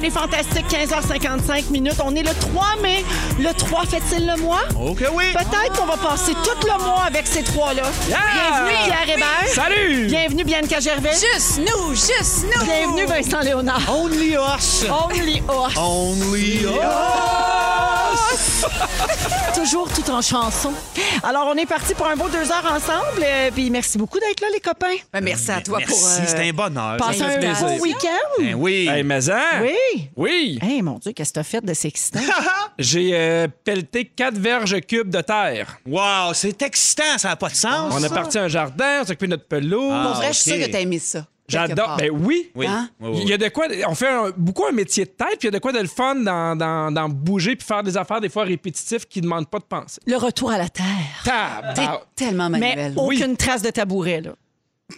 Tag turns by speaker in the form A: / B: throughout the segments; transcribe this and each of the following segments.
A: les Fantastiques, 15h55 minutes. On est le 3 mai. Le 3 fait-il le mois?
B: Ok, oui.
A: Peut-être qu'on va passer tout le mois avec ces trois-là.
B: Yeah!
A: Bienvenue Pierre Hébert.
B: Salut!
A: Bienvenue Bianca Gervais.
C: Juste nous, juste nous.
A: Bienvenue Vincent Léonard.
B: Only us.
A: Only Horse.
B: Only us.
A: Toujours tout en chanson. Alors, on est parti pour un beau deux heures ensemble. euh, Puis merci beaucoup d'être là, les copains.
C: Ben, merci à toi
D: Merci,
C: pour. euh,
D: c'est un bonheur.
A: Passez
D: Ça fait
A: un
D: plaisir.
A: beau week-end.
D: Ben oui.
B: Hey, mais hein?
A: Oui.
B: Oui.
A: Hey, mon Dieu, qu'est-ce que t'as fait de c'est excitant?
B: J'ai euh, pelleté quatre verges cubes de terre.
D: Wow, c'est excitant, ça n'a pas de sens.
B: On a
D: ça.
B: parti un jardin, on s'est occupé de notre pelouse.
D: Ah,
C: Pour vrai, je suis
D: ok.
C: sûre que t'as aimé ça. quelque
B: J'adore.
C: part.
B: Ben oui.
D: Oui.
C: Hein?
D: Oui, oui,
B: Il y a de quoi. On fait un- beaucoup un métier de tête, puis il y a de quoi de le fun dans, dans- dans bouger puis faire des affaires des fois répétitives qui ne demandent pas de penser.
A: Le retour à la Terre.
B: Tab!
C: T'es tellement
A: Mais
C: Ben, manuel.
A: aucune trace de tabouret, là.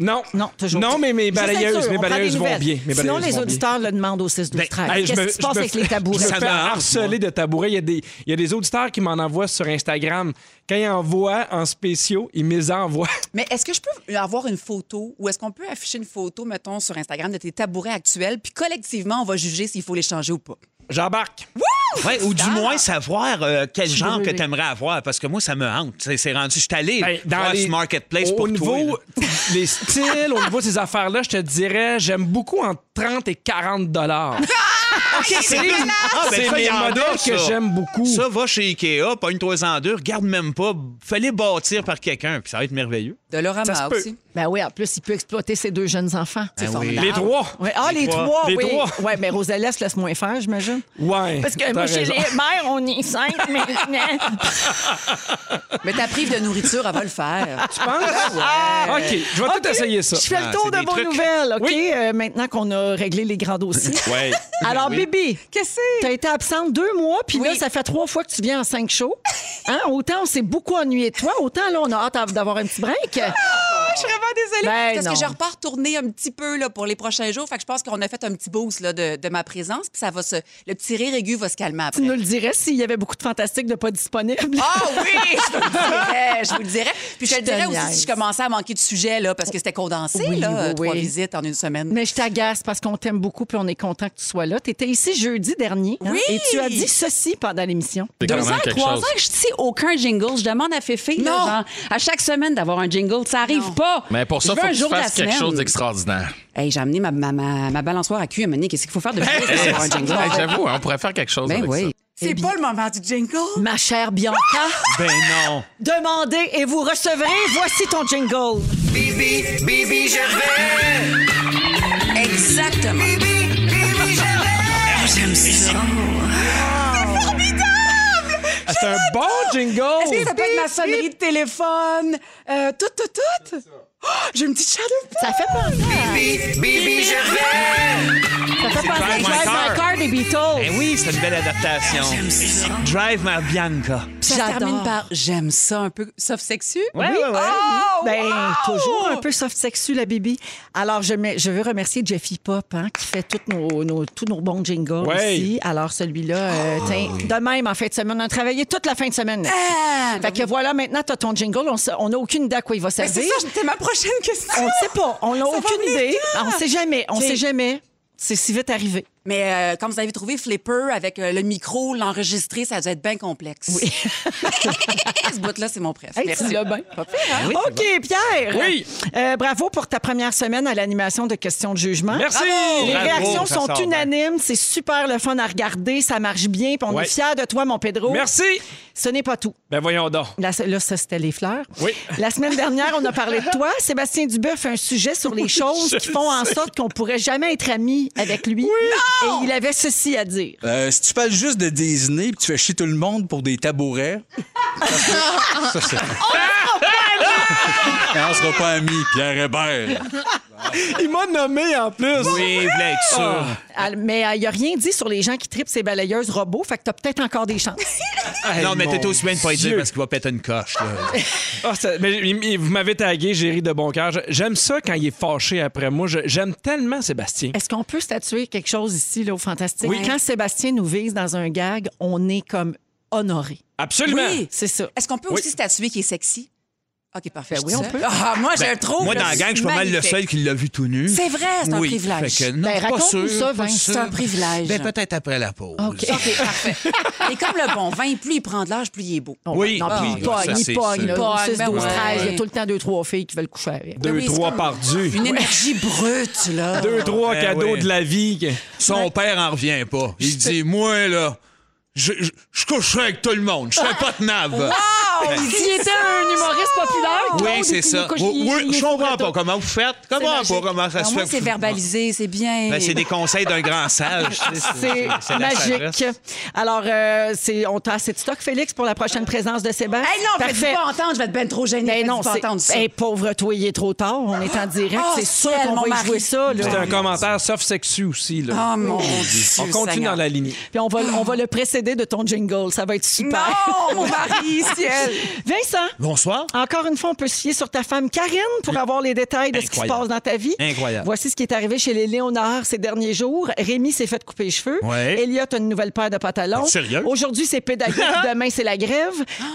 B: Non.
A: Non, toujours.
B: Non, mais mes
A: Juste être
B: balayeuses,
A: sûr,
B: mes
A: on prend des
B: balayeuses vont
A: nouvelles.
B: bien. Mes
A: Sinon,
B: balayeuses
A: les
B: vont
A: auditeurs le demandent au 6 12 13
B: bien. Ben, Hey, je
A: Qu'est-ce
B: me-
A: qui se
B: je
A: passe
B: me
A: avec
B: fais-
A: les tabourets?
B: Je me
D: Ça
B: fais
D: me hante,
B: harceler
D: moi.
B: de tabourets. Il y, a des, il y a des auditeurs qui m'en envoient sur Instagram. Quand ils envoient en spéciaux, ils me les envoient.
C: Mais est-ce que je peux avoir une photo ou est-ce qu'on peut afficher une photo, mettons, sur Instagram de tes tabourets actuels, puis collectivement, on va juger s'il faut les changer ou pas?
B: J'embarque.
D: Ouais, ou du moins savoir euh, quel genre que
A: brûlée.
D: tu aimerais avoir, parce que moi, ça me hante. C'est c'est rendu, je suis allé
B: Hey,
D: voir ce marketplace
B: Ben, au
D: pour
B: niveau
D: toi,
B: des styles, au niveau de ces affaires-là, je te dirais, j'aime beaucoup entre 30 et 40 dollars.
D: là.
B: c'est
D: Ah, ben,
B: c'est
D: ça, il
B: mes
D: y en a,
B: modèles que
D: ça.
B: j'aime beaucoup.
D: Ça, va chez Ikea, pogne-toi en deux, regarde même pas, fallait bâtir par quelqu'un, puis ça va être merveilleux.
C: De Laura
B: se
C: Ma
B: peut.
C: aussi.
A: Ben oui, en plus, il peut exploiter ses deux jeunes enfants.
D: Ben oui.
B: les trois.
A: Ouais. Ah, les,
D: trois.
A: trois,
B: Hein? Les
A: oui.
B: trois.
A: Ouais, mais Rosalie elle se laisse moins faire, j'imagine.
B: Ouais.
A: Parce que
B: t'as
A: moi, chez
B: raison.
A: les mères, on est cinq maintenant.
C: Mais ta prive de nourriture, elle va le faire.
B: Tu penses? Ah, OK, je vais tout essayer ça.
A: Je fais le
D: Ah,
A: tour
D: c'est
A: de
D: des
A: vos
D: trucs.
A: nouvelles, OK?
B: Oui. Ben
A: Euh, maintenant qu'on a réglé les grands dossiers.
D: Ouais.
A: Alors,
D: Oui.
A: Bibi,
C: Qu'est-ce que
A: t'as été absente deux mois, puis là,
C: Oui.
A: ça fait trois fois que tu viens en cinq shows. Hein? Autant on s'est beaucoup ennuyé de toi, autant là, on a hâte d'avoir un petit break.
C: Ah, Je suis vraiment désolée.
A: Ben
C: parce
A: non.
C: que je repars tourner un petit peu là, pour les prochains jours. Fait que je pense qu'on a fait un petit boost là, de, de ma présence. Puis ça va se... Le petit rire aigu va se calmer après.
A: Tu nous le dirais s'il y avait beaucoup de fantastiques de pas disponibles.
C: Ah oui! Je vous le dirais, je vous le dirais. Puis je, te
A: Je
C: le dirais
A: te
C: aussi
A: niaise.
C: si je commençais à manquer de sujet, là, parce que c'était condensé,
A: Oui,
C: là,
A: oui,
C: euh, trois
A: oui.
C: visites en une semaine.
A: Mais je t'agace parce qu'on t'aime beaucoup puis on est content que tu sois là. Tu étais ici jeudi dernier hein,
C: Oui!
A: et tu as dit ceci pendant l'émission.
E: C'est
F: Deux
E: quand même
F: ans,
E: quelque
F: trois
E: chose.
F: ans que je tisse aucun jingle. Je demande à Féfé, là,
C: Non.
F: genre, à chaque semaine d'avoir un jingle. Ça arrive pas.
E: Mais pour ça,
F: Je veux
E: faut
F: un
E: que tu
F: jour de la
E: fasses quelque
F: semaine.
E: chose d'extraordinaire.
F: Hey, j'ai amené ma, ma, ma, ma balançoire à cul à mener. Qu'est-ce qu'il faut faire de plus pour avoir un jingle?
E: Hey, J'avoue, hein, on pourrait faire quelque chose
F: Ben
E: avec
F: oui.
C: C'est pas le moment du jingle.
A: Ma chère Bianca,
D: Ben non.
A: demandez et vous recevrez. Voici ton jingle.
C: Exactement.
B: C'est un bon
C: Est-ce que
B: jingle.
C: ça peut être ma sonnerie de téléphone? Euh, tout, tout, tout? Oh, J'ai une petite shadow
A: Ça fait penser. Ça fait penser à
D: Drive My
A: Drive My
D: Car.
A: Car des Beatles.
D: Ben oui, c'est une belle adaptation. Drive ma Bianca.
C: Ça se termine par j'aime ça un peu sauf sexu.
D: Ouais, ouais, ouais.
C: Oh,
A: Ben,
C: wow!
A: toujours un peu soft sexu, la Bibi. Alors, je, mets- je veux remercier Jeffy Pop, hein, qui fait toutes nos, nos- tous nos bons jingles
B: Ouais.
A: ici. Alors, celui-là, euh, tiens, de même, en fin de semaine, on a travaillé toute la fin de semaine.
C: Oh. Ah,
A: Fait que voilà, maintenant, t'as ton jingle. On s- On n'a aucune idée à quoi il va
C: ben, c'est
A: servir.
C: ça, c'était ma prochaine question.
A: On ne sait pas. On n'a
C: Ça va
A: aucune
C: venir
A: idée.
C: quand?
A: On sait jamais. On
C: C'est-
A: sait jamais. C'est si vite arrivé.
C: Mais euh, comme vous avez trouvé Flipper avec euh, le micro, l'enregistrer, ça doit être bien complexe. Oui. Ce bout-là, c'est mon préf.
A: Hey,
C: Merci.
A: tu l'as bien.
B: Ah
A: OK, Pierre.
B: Oui.
A: Euh, bravo pour ta première semaine à l'animation de questions de jugement.
B: Merci.
A: Les
D: Bravo,
A: réactions
D: ça
A: sont
D: sort bien.
A: unanimes. C'est super le fun à regarder. Ça marche bien. Puis on
B: Ouais.
A: est fiers de toi, mon Pedro.
B: Merci.
A: Ce n'est pas tout.
B: Ben voyons donc.
A: La se- là, ça, c'était les fleurs.
B: Oui.
A: La semaine dernière, on a parlé de toi. Sébastien Dubuff a un sujet sur les choses qui font en sorte qu'on pourrait jamais être amis avec lui. Et il avait ceci à dire.
G: Euh, si tu parles juste de Disney puis tu fais chier tout le monde pour des tabourets. ça, c'est- on sera pas amis, Pierre Hébert.
B: Il m'a nommé en plus.
D: Oui, il voulait être sûr.
A: Ah, Mais euh, il a rien dit sur les gens qui tripent ces balayeuses robots. Fait que t'as peut-être encore des chances.
D: non, mais t'étais aussi bien de pas y dire
B: Dieu.
D: parce qu'il va péter une coche. là.
B: Ah, ça- mais, il- il- vous m'avez tagué, j'ai ri de bon cœur. Je- J'aime ça quand il est fâché après moi. Je- J'aime tellement Sébastien.
A: Est-ce qu'on peut statuer quelque chose ici, là, au Fantastique?
C: Oui.
A: Quand Sébastien nous vise dans un gag, on est comme honoré.
B: Absolument.
C: Oui.
A: C'est ça.
C: Est-ce qu'on peut
B: Oui.
C: aussi statuer qui est sexy? OK, parfait.
H: Fait,
C: Ben oui, on peut.
H: Ah, moi, j'ai un trou.
D: Moi,
H: là,
D: dans la gang, je suis pas mal le
H: magnifique.
D: seul qui l'a vu tout nu.
C: C'est vrai, c'est un
D: Oui.
C: privilège.
D: Fait que non,
A: Ben,
D: pas
A: raconte-nous
D: sûr,
A: ça,
D: pas
A: Vince.
D: sûr.
C: C'est un privilège.
D: Ben, peut-être après la pause.
A: OK.
C: OK, parfait. Et comme le bon vin, plus il prend de l'âge, plus il est beau.
D: Oui,
A: non, puis
D: Ah, oui,
A: Ah, il
D: ça,
A: pogne,
D: c'est
A: il pogne.
D: sûr.
A: là,
C: Pogne,
A: 6,
C: ben
A: 12,
C: ouais.
A: 13, il y a tout le temps deux, trois filles qui veulent coucher avec.
B: Deux,
C: oui,
B: trois
C: c'est-
B: pardus.
C: Une énergie brute, là.
B: Deux, trois
D: Eh
B: cadeaux
D: oui.
B: de la vie.
D: Son père en revient pas. Il dit, moi, là, je, je, je coucherai avec tout le monde. Je serais pas tenable.
A: Il était un humoriste populaire.
D: Oui, c'est ça. Oui, oui, je comprends pas comment vous faites. Comment pas comment ça
C: Alors,
D: se
C: moi,
D: fait.
C: c'est
D: que-
C: verbalisé, c'est bien.
D: Ben, c'est des conseils d'un grand sage. tu sais,
A: C'est
D: c'est la sagesse.
A: magique. Alors, euh, c'est- on t'a assez de stock, Félix, pour la prochaine présence de Sébastien.
C: Hey, non, faites-vous
A: Parfait.
C: pas entendre, je vais être ben trop gênée.
A: Ben non,
C: faites-vous
A: c'est
C: pas entendre ça.
A: Hey, pauvre toi, il est trop tard. On est en direct.
C: Oh,
A: c'est sûr
C: ciel,
A: qu'on
C: mon
A: va y
C: mari.
A: jouer ça. là.
B: C'est un commentaire sauf sexu aussi. Là.
A: Ah,
C: Oh mon Dieu.
B: On continue dans la lignée.
A: Puis on va, on va le précéder de ton jingle. Ça va être super.
C: Non, mon mari, ciel.
A: Vincent,
D: Bonsoir.
A: encore une fois, on peut se fier sur ta femme Karine pour avoir les détails de ce qui se
D: Incroyable.
A: passe dans ta vie.
D: Incroyable.
A: Voici ce qui est arrivé chez les Léonards ces derniers jours. Rémi s'est fait couper les cheveux.
D: Ouais.
A: Elliot a une nouvelle paire de pantalons.
D: T'es sérieux? Ah.
A: Aujourd'hui, c'est pédagogique. Demain, c'est la grève.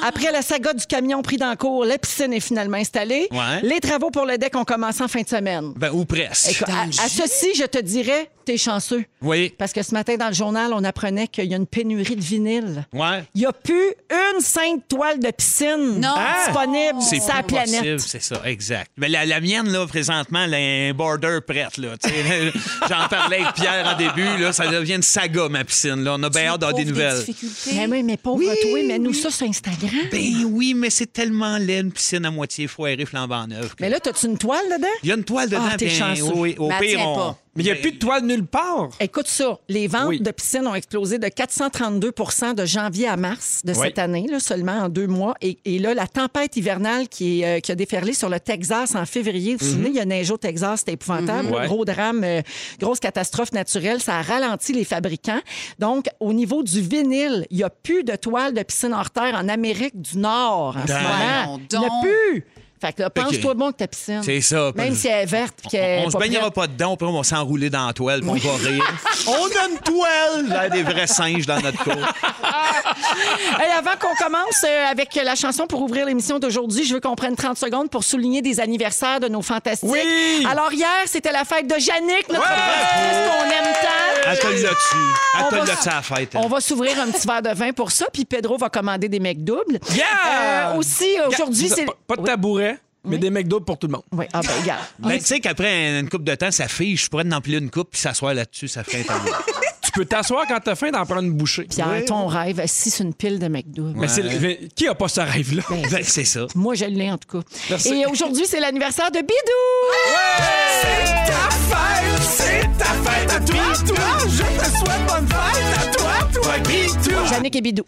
A: Après la saga du camion pris dans cours, la piscine est finalement installée.
D: Ouais.
A: Les travaux pour le deck ont commencé en fin de semaine.
D: Ben, ou presque.
A: Écoute, à, à ceci, je te dirais, t'es chanceux.
D: Oui.
A: Parce que ce matin, dans le journal, on apprenait qu'il y a une pénurie de vinyle.
D: Ouais.
A: Il n'y a plus une sainte toile de piscine
C: Non.
A: disponible
D: C'est
A: sur la
D: pas
A: planète.
D: possible, c'est ça, exact. Mais la, la mienne, là, présentement, elle a un border prête, là. tu sais. J'en parlais avec Pierre en début, là, ça devient une saga, ma piscine, là. On a bien Ben, hâte d'avoir des nouvelles.
A: Mais Eh oui, mais pauvre toi, mais nous ça sur Instagram.
D: Ben oui, mais c'est tellement laid, une piscine à moitié foirée, flambant neuve. que-
A: Mais là, t'as-tu une toile dedans?
D: Il y a une toile dedans,
A: Ah, t'es
D: ben,
A: chanceux.
D: oui, oui, au
C: Mais elle
D: pire,
C: tient
D: on-
C: pas.
B: Mais il n'y a plus de toile nulle part.
A: Écoute ça, les ventes
B: Oui.
A: de piscines ont explosé de 432 de janvier à mars de
B: Oui.
A: cette année, là, seulement en deux mois. Et, et là, la tempête hivernale qui, est, euh, qui a déferlé sur le Texas en février, vous vous
D: Mhm.
A: souvenez, il y a neigé au Texas, c'était épouvantable.
B: Mhm. Ouais.
A: Gros drame, euh, grosse catastrophe naturelle, ça a ralenti les fabricants. Donc, au niveau du vinyle, il n'y a plus de toile de piscine hors terre en Amérique du Nord en ce
D: Voyons
A: moment. Il n'y a
C: donc.
A: plus! Fait que là, pense-toi
D: Ok.
A: bon que ta piscine.
D: C'est ça,
A: Même
D: puis-
A: si elle est verte puis qu'elle est
D: On se
A: pas
D: baignera
A: prête.
D: pas dedans, puis on va s'enrouler dans la toile, puis on va rire. on a une toile! Là, des vrais singes dans notre cour.
A: Hey, avant qu'on commence euh, avec la chanson pour ouvrir l'émission d'aujourd'hui, je veux qu'on prenne 30 secondes pour souligner des anniversaires de nos fantastiques.
B: Oui!
A: Alors hier, c'était la fête de Yannick, notre fantastique qu'on aime tant.
D: Elle te l'a dessus. Elle
A: On
D: te
A: va-
D: l'a dessus à la fête.
A: On va s'ouvrir un petit verre de vin pour ça, puis Pedro va commander des mecs doubles.
B: Yeah!
A: Euh, aussi, aujourd'hui, c'est...
B: Pas, pas de tabouret, mais des McDo pour tout le monde.
A: Oui, ah ben, regarde.
D: Ben, tu sais qu'après une coupe de temps, ça fiche. Je pourrais en empiler une coupe puis s'asseoir là-dessus, ça ferait un tableau.
B: Tu peux t'asseoir quand t'as faim d'en prendre une bouchée.
A: Pierre, ton rêve, assis sur une pile de mecs doubles.
B: Mais c'est le- mais qui a pas ce rêve-là?
D: Ben, c'est ça.
A: Moi, je l'ai, en tout cas.
B: Merci.
A: Et aujourd'hui, c'est l'anniversaire de Bidou! Yannick et Bidou.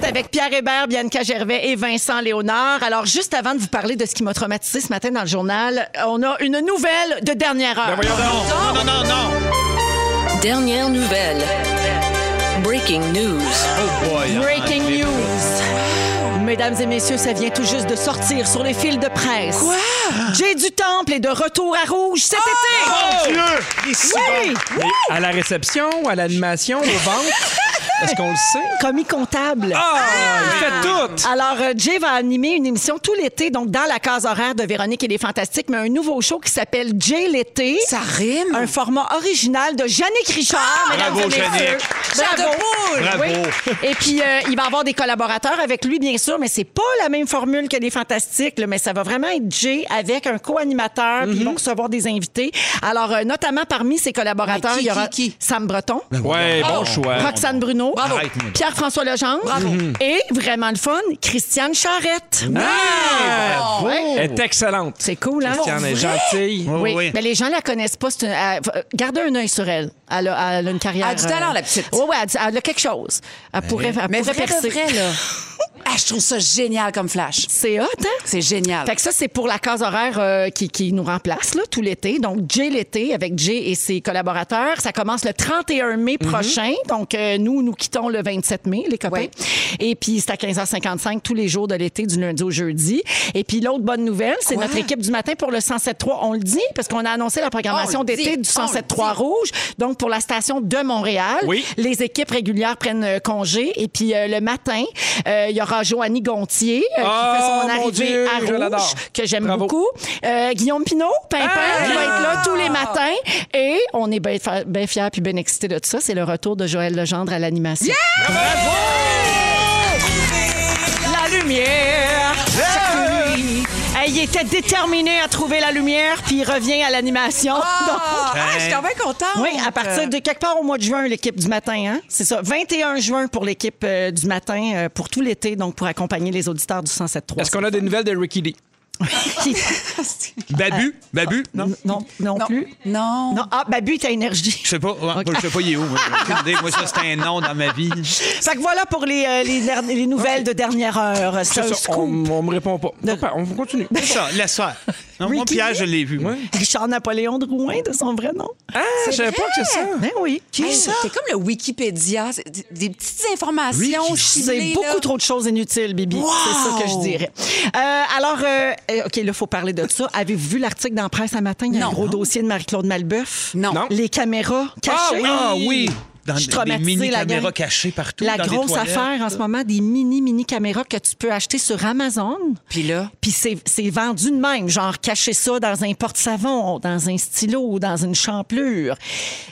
A: C'est Avec Pierre Hébert, Bianca Gervais et Vincent Léonard. Alors, juste avant de vous parler de ce qui m'a traumatisé ce matin dans le journal, on a une nouvelle de dernière heure.
D: Voyons donc. Non, non, non, non.
F: Dernière nouvelle. Breaking news.
D: Oh boy.
A: Breaking
D: Ah, clip.
A: news. Mesdames et messieurs, ça vient tout juste de sortir sur les fils de presse. Quoi? J'ai du temple et de retour à rouge cet
D: Oh, Dieu!
A: été. Oui!
B: Mais à la réception, à l'animation, aux ventes, est-ce qu'on le sait?
A: Commis comptable.
B: Ah! Il fait tout!
A: Alors, euh, Jay va animer une émission tout l'été, donc dans la case horaire de Véronique et les Fantastiques, mais un nouveau show qui s'appelle Jay l'été.
C: Ça rime.
A: Un format original de Yannick Richard, mesdames
D: Bravo,
A: et messieurs.
D: Yannick.
A: Bravo.
D: Bravo.
A: Oui. Et puis, euh, il va avoir des collaborateurs avec lui, bien sûr, mais c'est pas la même formule que les Fantastiques, là, mais ça va vraiment être Jay avec un co-animateur, puis ils vont recevoir des invités. Alors, euh, notamment parmi ses collaborateurs,
C: Mais qui,
A: il y aura
C: qui, qui?
A: Sam Breton.
B: Ouais, Oh!
A: Ah,
B: bon choix.
A: Roxane Bruno,
D: Bravo. Arrête-moi donc.
A: Pierre-François Legendre et vraiment le fun, Christiane Charrette.
B: Ah! Elle est excellente.
A: C'est cool, hein?
B: Christiane est gentille.
D: Oui,
A: Oui,
D: oui.
A: mais les gens la connaissent pas. c'est Une... elle- euh, Gardez un œil sur elle. Elle a, elle a une carrière.
C: Elle a du talent, la petite.
A: Oui, oui, elle, a du- elle a quelque chose.
D: Ben
A: Elle pourrait, elle
C: Mais
A: pourrait
C: vrai, de
A: percer.
C: vrai, là. Ah, je trouve ça génial comme flash.
A: C'est hot, hein?
C: C'est génial.
A: Fait que ça, c'est pour la case horaire euh, qui, qui nous remplace là, tout l'été. Donc, Jay l'été avec Jay et ses collaborateurs. Ça commence le 31 mai prochain. Donc, euh, nous, nous quittons le 27 mai, les
C: Mhm.
A: copains.
C: Ouais.
A: Et puis, c'est à 15h55 tous les jours de l'été, du lundi au jeudi. Et puis, l'autre bonne nouvelle, c'est notre équipe du matin pour le 107.3. On le dit parce qu'on a annoncé la
C: On
A: programmation
C: le
A: d'été
C: dit,
A: du
C: on le
A: 107.3
C: dit.
A: Rouge. Donc, pour la station de Montréal,
B: Oui.
A: les équipes régulières prennent euh, congé. Et puis, euh, le matin, euh, il il y aura Joannie Gontier euh, qui fait
B: Ah,
A: son
B: mon
A: arrivée
B: Dieu,
A: à
B: je l'adore.
A: Rouge, que j'aime
B: Bravo. Ah!
A: beaucoup. Euh, Guillaume Pinot, Pimpin, qui va être là tous les matins. Et on est bien bien fiers puis bien excités de tout ça. C'est le retour de Joël Legendre à l'animation. La lumière! chaque nuit. Hey, il était déterminé à trouver la lumière, puis il revient à l'animation. Donc,
H: Ah, je suis bien contente.
A: oui, à partir de quelque part au mois de juin, l'équipe du matin, hein? C'est ça. 21 juin pour l'équipe euh, du matin, euh, pour tout l'été, donc pour accompagner les auditeurs du 107.3.
B: Est-ce qu'on a des nouvelles de Ricky Lee?
D: Babu? Babu? Non?
A: non, non,
H: Non.
A: plus.
H: Non.
A: Non. Ah, Babu, t'as énergie.
D: Je sais pas. Ouais, Je sais pas, il est où. Moi, J'ai aucune idée. Moi, ça, c'est un nom dans ma vie.
A: Fait que voilà pour les, euh, les, derni- les nouvelles de dernière heure. C'est
B: Ça,
A: un
B: on,
A: scoop.
B: on me répond pas. Pas- On continue.
D: C'est ça, la soirée. Non, moi,
A: Ricky?
D: Pierre, je l'ai vu. moi.
A: Richard Napoléon Drouin, de son vrai nom.
B: Ah, je savais pas que c'est ça.
A: Ben oui. Qui
C: Ah,
H: Hey, C'est comme le Wikipédia, c'est d- des petites informations
A: C'est
H: chiblées.
A: beaucoup
H: là.
A: trop de choses inutiles, Bibi.
H: Wow!
A: C'est ça que je dirais. Euh, alors, euh, euh, OK, là, il faut parler de ça. Avez-vous vu l'article dans Presse ce matin? Il y a un
H: Non.
A: gros dossier de Marie-Claude Malbeuf.
H: Non.
B: Non.
A: Les caméras cachées.
D: Ah oui! Dans
A: Je suis
D: des
A: traumatisée,
D: mini
A: la
D: caméras
A: gang.
D: cachées partout.
A: La
D: dans des
A: grosse
D: toilettes.
A: affaire en ce moment, des mini, mini caméras que tu peux acheter sur Amazon.
H: Puis là,
A: Puis c'est c'est vendu de même, genre cacher ça dans un porte-savon, dans un stylo, dans une champlure.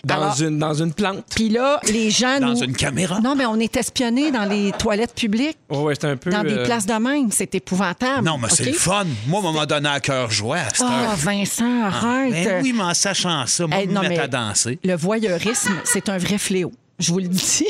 B: Dans,
A: Alors,
B: une, dans une plante.
A: Puis là, les gens
D: Dans
A: nous-
D: une caméra.
A: Non, mais on est espionnés dans les toilettes publiques.
B: Oh, ouais, c'est un peu.
A: Dans des
B: euh,
A: places de même, c'est épouvantable.
D: Non, mais c'est
A: OK?
D: le fun. Moi, on m'a donné à cœur joie à cette
A: Ah,
D: heure.
A: Vincent, arrête.
D: Ben oui, mais en sachant ça, moi,
A: Hey,
D: me
A: non,
D: mettre
A: mais
D: à danser.
A: Le voyeurisme, c'est un vrai fléau. Je vous le dis.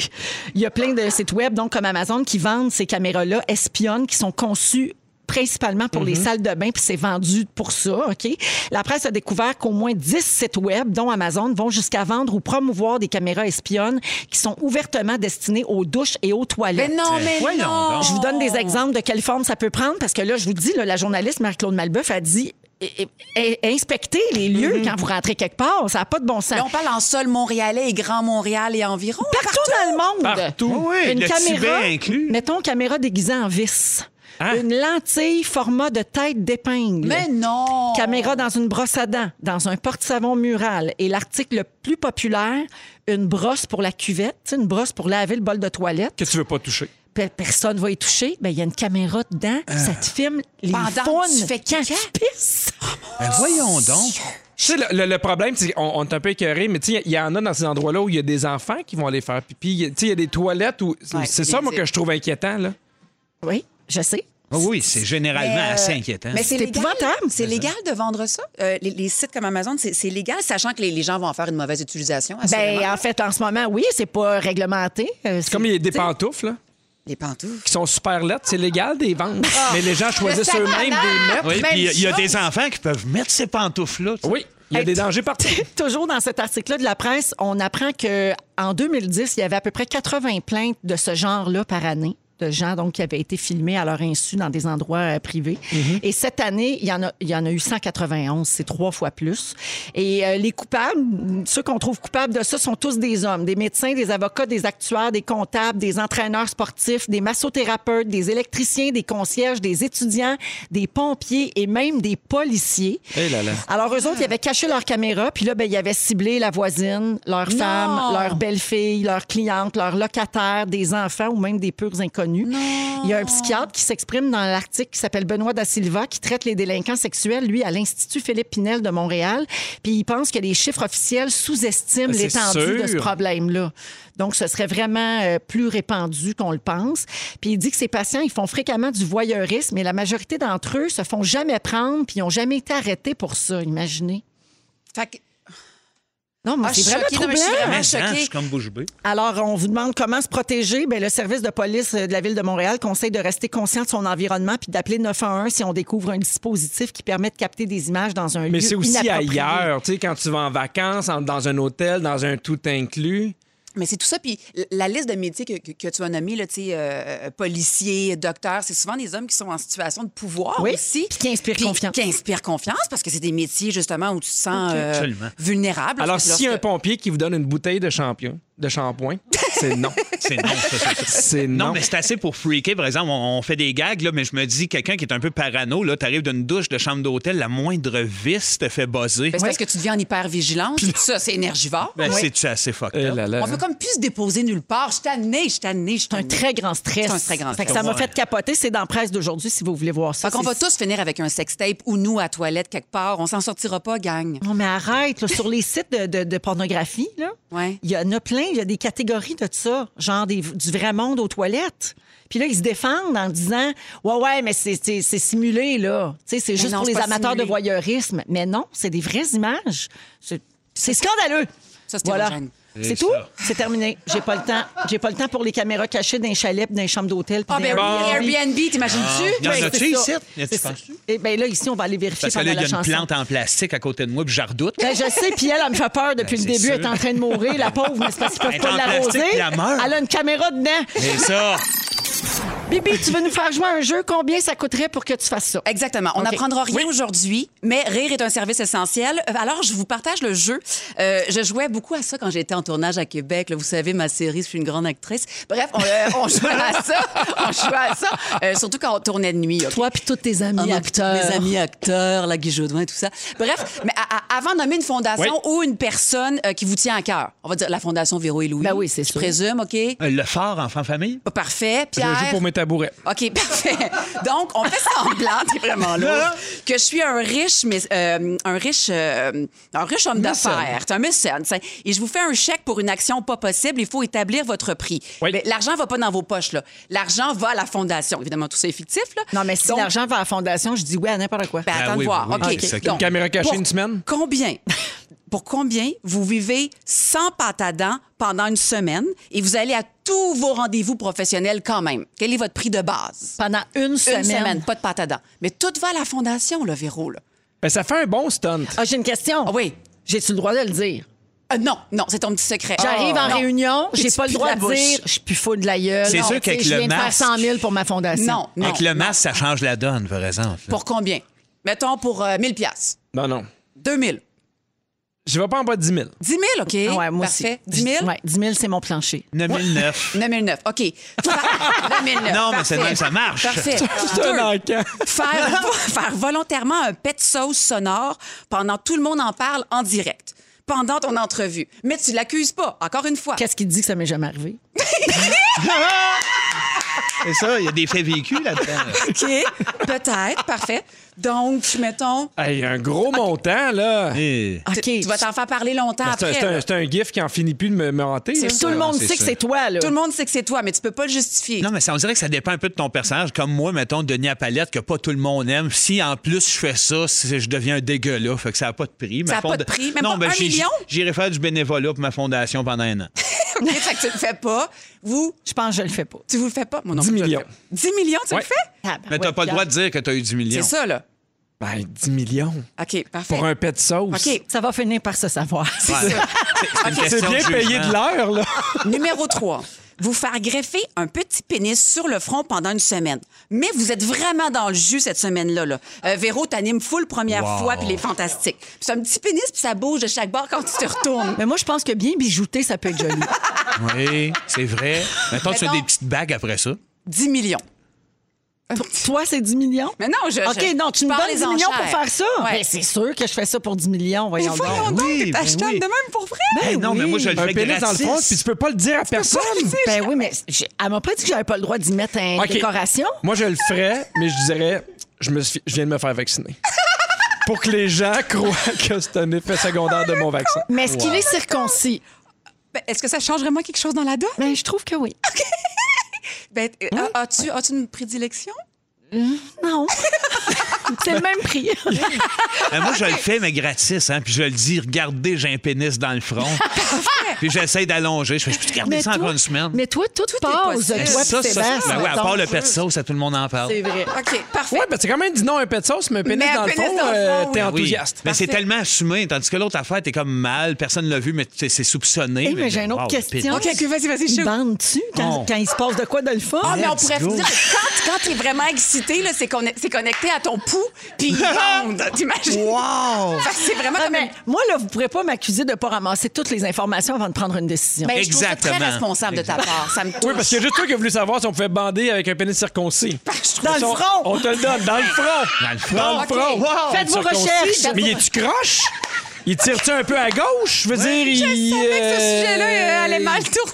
A: Il y a plein de sites web, donc comme Amazon, qui vendent ces caméras-là, espionnes, qui sont conçues principalement pour les salles de bain, puis c'est vendu pour ça, OK? La presse a découvert qu'au moins 10 sites web, dont Amazon, vont jusqu'à vendre ou promouvoir des caméras espionnes qui sont ouvertement destinées aux douches et aux
H: mais
A: toilettes.
H: non,
D: Ben,
H: mais
D: voyons
H: non.
D: donc.
A: Je vous donne des exemples de quelle forme ça peut prendre parce que là, je vous dis, là, la journaliste Marie-Claude Malbeuf a dit eh, eh, eh, inspectez les lieux quand vous rentrez quelque part. Ça n'a pas de bon sens.
H: Là, on parle en sol montréalais et grand Montréal et environ.
A: partout, dans le monde.
B: Partout.
D: Ah oui,
A: Une
D: le
A: caméra,
D: Tibet inclus. Hein?
A: mettons caméra déguisée en vis. Une lentille format de tête d'épingle.
H: Mais non.
A: Caméra dans une brosse à dents, dans un porte-savon mural. Et l'article le plus populaire, une brosse pour la cuvette, tu sais, une brosse pour laver le bol de toilette.
B: Que tu veux pas toucher.
A: Pe- Personne va y toucher. Ben, il y a une caméra dedans. Ça te filme les
H: Ah. Pendant que
A: faunes
H: tu fais
A: quand
H: caca.
A: tu pisses.
D: Ben voyons donc.
B: Tu sais, le, le- le problème, c'est qu'on on est un peu écœuré, mais tu sais, il y en a dans ces endroits-là où il y a des enfants qui vont aller faire pipi. Il y a- Tu sais, il y a des toilettes où. où-
H: Ouais,
B: c'est
H: c'est
B: ça, moi,
H: des-
B: que je trouve inquiétant, là.
A: Oui, je sais.
D: Ah oui, c'est généralement
H: Mais, euh,
D: assez inquiétant.
H: Mais c'est
A: C'est
H: légal.
A: épouvantable.
H: C'est légal de vendre ça. Euh, les, les sites comme Amazon, c'est c'est légal, sachant que les, les gens vont en faire une mauvaise utilisation.
A: Ben,
H: assurément.
A: en fait, en ce moment, oui, c'est pas réglementé. Euh,
B: C'est comme il y a des pantoufles, là,
H: les pantoufles.
B: qui sont super lettres. C'est légal des ventes. Mais les gens choisissent
H: Le
B: eux-mêmes des mettre.
D: oui,
H: même
D: puis il y a- il y a
H: chose.
D: des enfants qui peuvent mettre ces pantoufles-là. tu sais.
B: Oui, il y a
A: Hey,
B: des
A: tu-
B: dangers partout.
A: Toujours dans cet article-là de la presse, on apprend que en 2010, il y avait à peu près 80 plaintes de ce genre-là par année de gens donc qui avaient été filmés à leur insu dans des endroits euh, privés. Et cette année, il y en a il y en a eu 191, c'est trois fois plus. Et euh, les coupables, ceux qu'on trouve coupables de ça sont tous des hommes, des médecins, des avocats, des actuaires, des comptables, des entraîneurs sportifs, des massothérapeutes, des électriciens, des concierges, des étudiants, des pompiers et même des policiers. Alors, eux autres, ils avaient caché leur caméra, puis là, ben, ils avaient ciblé la voisine, leur femme, leur belle-fille, leur cliente, leur locataire, des enfants ou même des purs inconnus. Il y a un psychiatre qui s'exprime dans l'article qui s'appelle Benoît Da Silva, qui traite les délinquants sexuels, lui, à l'Institut Philippe Pinel de Montréal. Puis il pense que les chiffres officiels sous-estiment
B: Ben, c'est
A: l'étendue de ce
B: sûr.
A: problème problème-là. Donc, ce serait vraiment euh, plus répandu qu'on le pense. Puis il dit que ces patients, ils font fréquemment du voyeurisme, mais la majorité d'entre eux se font jamais prendre, puis ils n'ont jamais été arrêtés pour ça, imaginez.
H: Fait que-
A: Non, mais
H: Ah,
A: c'est
H: je suis
A: vraiment
H: choquée, non, mais je suis
A: troublant.
H: vraiment-
D: Mais hein,
H: choquée.
D: je suis comme bouche bée.
A: Alors, on vous demande comment se protéger. Bien, le service de police euh, de la Ville de Montréal conseille de rester conscient de son environnement puis d'appeler 911 si on découvre un dispositif qui permet de capter des images dans un lieu
B: Mais c'est aussi
A: inapproprié.
B: ailleurs, tu sais, quand tu vas en vacances, en- dans un hôtel, dans un tout inclus.
H: Mais c'est tout ça. Puis l- la liste de métiers que, que- que tu as nommés, là, tu sais, euh, euh, policier, docteur, c'est souvent des hommes qui sont en situation de pouvoir
A: Oui,
H: aussi.
A: puis qui inspirent confiance.
H: Qui inspirent confiance parce que c'est des métiers, justement, où tu te sens euh,
D: Absolument.
H: vulnérable.
C: Ah,
B: Alors,
H: Lorsque-
B: si un pompier qui vous donne une bouteille de champion, de shampoing? C'est non.
D: C'est non, ça, c'est ça.
B: C'est non.
D: Non, mais c'est assez pour freaker. Par exemple, on, on fait des gags, là, mais je me dis, quelqu'un qui est un peu parano, là, t'arrives d'une douche de chambre d'hôtel, la moindre vis te fait buzzer.
C: Ben, c'est parce que tu deviens en hypervigilance. Ça, c'est énergivore.
D: Ben, euh, c'est-tu assez fucked
B: Eh
D: up?
B: là là,
C: On peut comme plus se déposer nulle part. Je suis tannée, je suis tannée, je suis
A: C'est un
C: tannée.
A: très grand stress.
C: C'est un très grand
A: Fait que
C: stress.
A: ça m'a fait capoter. C'est dans la presse d'aujourd'hui, si vous voulez voir ça.
C: Fait qu'on
A: C'est-
C: va tous finir avec un sextape ou nous à la toilette quelque part. On s'en sortira pas, gang.
A: Non, mais arrête. là, sur les sites de, de- de pornographie, là,
C: Ouais.
A: il y en a plein. Il y a des catégories de ça, genre des- du vrai monde aux toilettes. Puis là, ils se défendent en disant Ouais, ouais, mais c'est c'est- c'est simulé, là. Tu sais, c'est juste
C: non,
A: pour
C: c'est
A: les
C: pas
A: amateurs de
C: simulé.
A: voyeurisme. Mais non, c'est des vraies images. C'est c'est scandaleux.
C: Ça, c'est
A: voilà.
C: érogène.
A: C'est tout? C'est terminé. J'ai pas le temps. J'ai pas le temps pour les caméras cachées d'un chalet, d'un chambre d'hôtel. puis
C: Ah,
A: d'un
C: ben oui,
A: Airbnb.
C: Airbnb, t'imagines-tu?
D: Il y en
A: Oui, Ben,
D: a-tu
A: c'est ça.
D: ici? Y a-tu
A: C'est ça.
D: penses-tu?
A: Eh bien là, ici, on va aller vérifier
D: Parce que
A: pendant
D: là, il y a
A: la
D: une
A: chanson.
D: plante en plastique à côté de moi, puis j'en redoute.
A: Ben, je sais, puis elle, elle me fait peur depuis
D: Ben,
A: le
D: c'est
A: début.
D: sûr.
A: Elle est en train de mourir, la pauvre, mais c'est parce qu'ils
D: Elle
A: peuvent
D: est
A: pas
D: en
A: l'arroser.
D: plastique, puis elle meurt.
A: Elle a une caméra dedans.
D: C'est ça. euh,
A: Bibi, tu veux nous faire jouer à un jeu? Combien ça coûterait pour que tu fasses ça?
C: Exactement. On
A: OK.
C: n'apprendra rien aujourd'hui, mais rire est un service essentiel. Euh, Alors, je vous partage le jeu. Euh, je jouais beaucoup à ça quand j'étais en tournage à Québec. là. vous savez, ma série, je suis une grande actrice. Bref, on, euh, on jouait à ça. On jouait à ça. Euh, surtout quand on tournait de nuit. OK?
A: Toi puis tous tes amis
C: Ah, mon-
A: acteurs.
C: Mes amis acteurs, la Guy Jodoin, tout ça. Bref, mais à- à- avant de nommer une fondation ou une personne euh, qui vous tient à cœur, on va dire la fondation Véro et Louis.
A: Ben oui, c'est
C: Je
A: sûr.
C: présume, OK?
D: Euh, Le phare enfant-famille?
C: Pas parfait.
B: je
C: Pierre.
B: joue pour mes tabourets.
C: OK, parfait. Donc, on fait semblant, t'es vraiment là, que je suis un riche, mais, euh, un riche, euh, un riche homme d'affaires. C'est un mécène. c'est- Et je vous fais un chèque pour une action pas possible. Il faut établir votre prix.
B: Oui.
C: Mais l'argent va pas dans vos poches, là. L'argent va à la fondation. Évidemment, tout ça est fictif, là.
A: Non, mais si
C: Donc,
A: l'argent va à la fondation, je dis oui à n'importe quoi.
C: ben,
D: Ah
C: attends
D: oui,
C: de voir.
D: oui, oui,
C: OK.
D: c'est ça. Une
C: Donc,
B: caméra cachée
C: pour
B: une semaine?
C: Combien? Pour combien vous vivez sans pâte à dents pendant une semaine et vous allez à tous vos rendez-vous professionnels quand même? Quel est votre prix de base?
A: Pendant une semaine.
C: Une semaine, pas de pâte à dents. Mais tout va à la fondation, le Véro. Là.
B: Ben, ça fait un bon stunt.
A: Ah, j'ai une question.
C: Ah oui.
A: J'ai-tu le droit de le dire?
C: Euh, non, non, c'est ton petit secret.
A: J'arrive en
C: Non.
A: réunion,
C: Et
A: j'ai
C: tu
A: pas le
C: pues
A: droit
C: la
A: de
C: bouche.
A: dire je suis plus full de la gueule.
D: C'est
A: Non, tu
D: sûr
A: sais,
D: qu'avec
A: Je
D: le
A: viens de faire
D: masque-
A: 100 000 pour ma fondation.
C: Non, non.
D: Avec le
C: non.
D: masque, ça change la donne, par exemple.
C: Pour combien? Mettons pour euh, 1000 piastres.
B: Non, non.
C: 2000.
B: Je vais pas en bas de 10 000.
C: 10 000, OK.
A: Ah ouais, moi
C: Parfait. 10
A: aussi.
C: 000?
A: Ouais, 10 000, c'est mon plancher.
D: 9009.
C: 9009, OK. 9009.
D: Non, mais
C: parfait.
D: c'est de même, ça marche.
C: Parfait.
B: C'est
C: Ah, Deux.
B: un encan.
C: faire, faire volontairement un pet sauce sonore pendant tout le monde en parle en direct, pendant ton entrevue. Mais tu l'accuses pas, encore une fois.
A: Qu'est-ce qu'il dit que ça m'est jamais arrivé?
D: C'est ça, il y a des faits vécus là-dedans.
C: OK, peut-être, parfait. Donc, mettons,
B: Hey, un gros montant, là.
D: Eh.
A: OK.
C: tu vas t'en faire parler longtemps
B: C'est un-
C: après.
B: c'est un,
C: là.
B: c'est un gif qui en finit plus de me, me hanter. là.
A: Tout le monde
G: c'est
A: sait que
G: ça.
A: c'est toi, là.
C: Tout le monde sait que c'est toi, mais tu peux pas le justifier.
D: Non, mais ça, on dirait que ça dépend un peu de ton personnage. Comme moi, mettons, Denis à palette, que pas tout le monde aime. Si en plus je fais ça, c'est- je deviens un dégueulasse. Fait que ça n'a pas de prix.
C: Ça
D: Ma
C: a pas
D: fonda-
C: de prix? Même
D: non,
C: pas un
D: ben, j'ai-
C: million?
D: J'irai faire du bénévolat pour ma fondation pendant un an.
C: OK, fait que tu le fais pas. Vous,
A: Je pense que je le fais pas.
C: tu vous le fais pas. Mon
B: 10 millions.
C: 10 millions, tu
B: Ouais.
C: le fais?
D: Mais t'as pas le droit de dire que t'as eu 10 millions.
C: C'est ça, là.
B: Ben, 10 millions
C: OK, parfait.
B: pour un pet de sauce.
C: OK,
A: Ça va finir par se savoir.
D: Ouais. C'est- c'est une
B: C'est
D: question
B: bien
D: de
B: payé
D: jugement.
B: de l'heure, là.
C: Numéro 3. Vous faire greffer un petit pénis sur le front pendant une semaine. Mais vous êtes vraiment dans le jus cette semaine-là. Là. Euh, Véro t'anime full première
D: Wow.
C: fois, puis il est fantastique. Puis C'est un petit pénis, puis ça bouge de chaque bord quand tu te retournes.
A: Mais moi, je pense que bien bijouté, ça peut être joli.
D: Oui, c'est vrai. Mettons, tu as
C: Mettons-
D: des petites bagues après ça.
C: 10 millions.
A: Toi, c'est 10 millions?
C: Mais non, je.
A: OK,
C: je-
A: non, tu
C: je
A: me
C: pars
A: donnes
C: les
A: 10 millions pour
C: enchères.
A: faire ça.
C: Ouais.
A: Ben, c'est sûr que je fais ça pour 10 millions, voyons donc.
C: Voyons donc,
D: oui,
C: t'es
D: ben
C: achetable
D: oui.
C: de même pour vrai.
D: Ben non, mais moi, je le
B: Un
D: fais
B: pénis dans le
D: gratis.
B: fond, puis tu peux pas le dire à personne.
A: Ben oui, mais j'ai- elle m'a pas dit que j'avais pas le droit d'y mettre une
B: OK.
A: décoration.
B: Moi, je le ferais, mais je dirais, je, me suis- je viens de me faire vacciner. Pour que les gens croient que c'est un effet secondaire de mon vaccin.
A: Mais est-ce qu'il est circoncis?
C: Ben, Est-ce que ça change vraiment quelque chose dans la donne?
A: Ben, je trouve que oui.
C: Ben, euh, as-tu, as-tu une prédilection?
A: Non. c'est le même prix.
D: Ben, moi, je le fais, mais gratis. Hein, puis je le dis, regardez, j'ai un pénis dans le front. puis j'essaie d'allonger. Je fais, je peux te garder ça encore une semaine.
A: mais toi, tout,
C: est
A: passe.
C: possible.
A: Toi, pis
D: ça, ça, ça,
A: Sébastien,
D: ben ouais, à part le
A: donc.
D: pet de sauce, ça, tout le monde en parle.
A: C'est vrai.
C: OK, parfait.
B: Ouais, ben c'est quand même, dis non, un pet de sauce, mais un pénis
C: Mais un
B: dans le
C: pénis
B: fond,
C: dans le
B: euh,
C: fond,
B: t'es
C: oui.
B: enthousiaste.
D: Ben Mais c'est
C: Parfait.
D: tellement assumé, tandis que l'autre affaire, t'es comme mal, personne ne l'a vu, mais t'es- c'est soupçonné.
A: Hey, Eh, mais j'ai une
D: wow,
A: autre
D: le pénis.
A: question.
C: OK, OK, vas-y, vas-y,
A: Tu
C: shoot.
A: bandes-tu quand,
D: Oh.
A: quand il se passe de quoi de le fun?
C: Ah, mais on
D: Let's
C: pourrait
D: go.
C: dire que quand, quand t'es vraiment excité, là, c'est, conne- c'est connecté à ton pouls. puis ils ondent. T'imagines?
D: Wow!
C: Fait que C'est vraiment
A: Ah,
C: comme une
A: mais moi, là, vous pourrez pas m'accuser de ne pas ramasser toutes les informations avant de prendre une décision.
C: Ben, je trouve ça très
D: Exactement.
C: responsable de ta part. Ça me touche.
B: Oui, parce qu'il y a juste toi qui as voulu savoir si on pouvait bander avec un pénis circoncis.
A: Dans le
B: On-
A: front!
B: On te le donne, dans le front!
D: Dans le front.
B: Dans le front!
C: OK.
B: Wow,
A: Faites vos
B: circoncis.
A: recherches.
B: Mais il est-tu croche? Il tire-tu un peu à gauche? Je veux dire, il...
C: savais que ce
B: euh,
C: sujet-là euh, allait mal tourner,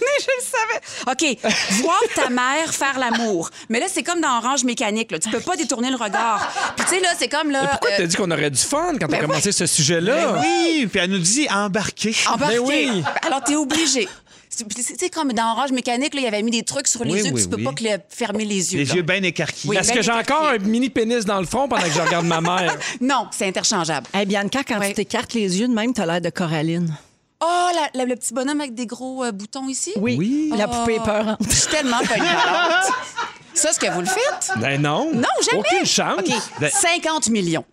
C: je le savais. OK, voir ta mère faire l'amour. Mais là, c'est comme dans Orange Mécanique. Là. Tu peux pas détourner le regard. Puis tu sais, là, c'est comme... là.
B: Mais pourquoi
C: euh,
B: t'as dit qu'on aurait du fun quand on a commencé ce
A: Ben
B: sujet-là?
D: Oui, puis elle nous dit embarquer.
C: Embarqué.
B: Ben oui.
C: Alors, t'es obligé. C'est- puis C'est c'est comme dans Orange Mécanique, là, il avait mis des trucs sur les
D: Oui,
C: yeux que
D: oui,
C: tu peux
D: oui.
C: pas que le- fermer les yeux.
D: Les
C: là.
D: yeux bien écarquillés.
C: Oui.
B: Est-ce
C: ben
B: que j'ai encore un mini pénis dans le front pendant que je regarde ma mère?
C: Non, c'est interchangeable.
A: Hey, Bianca, quand
C: Ouais.
A: tu t'écartes les yeux de même, t'as l'air de Coraline.
C: Oh, la- la- le petit bonhomme avec des gros euh, boutons ici?
A: Oui. La
C: Oh.
A: poupée est peur.
C: Je suis tellement pas ignorante. Ça, ce que vous le faites?
B: Ben non.
C: Non, jamais.
B: Aucune chance.
D: Ben
C: OK, 50 millions.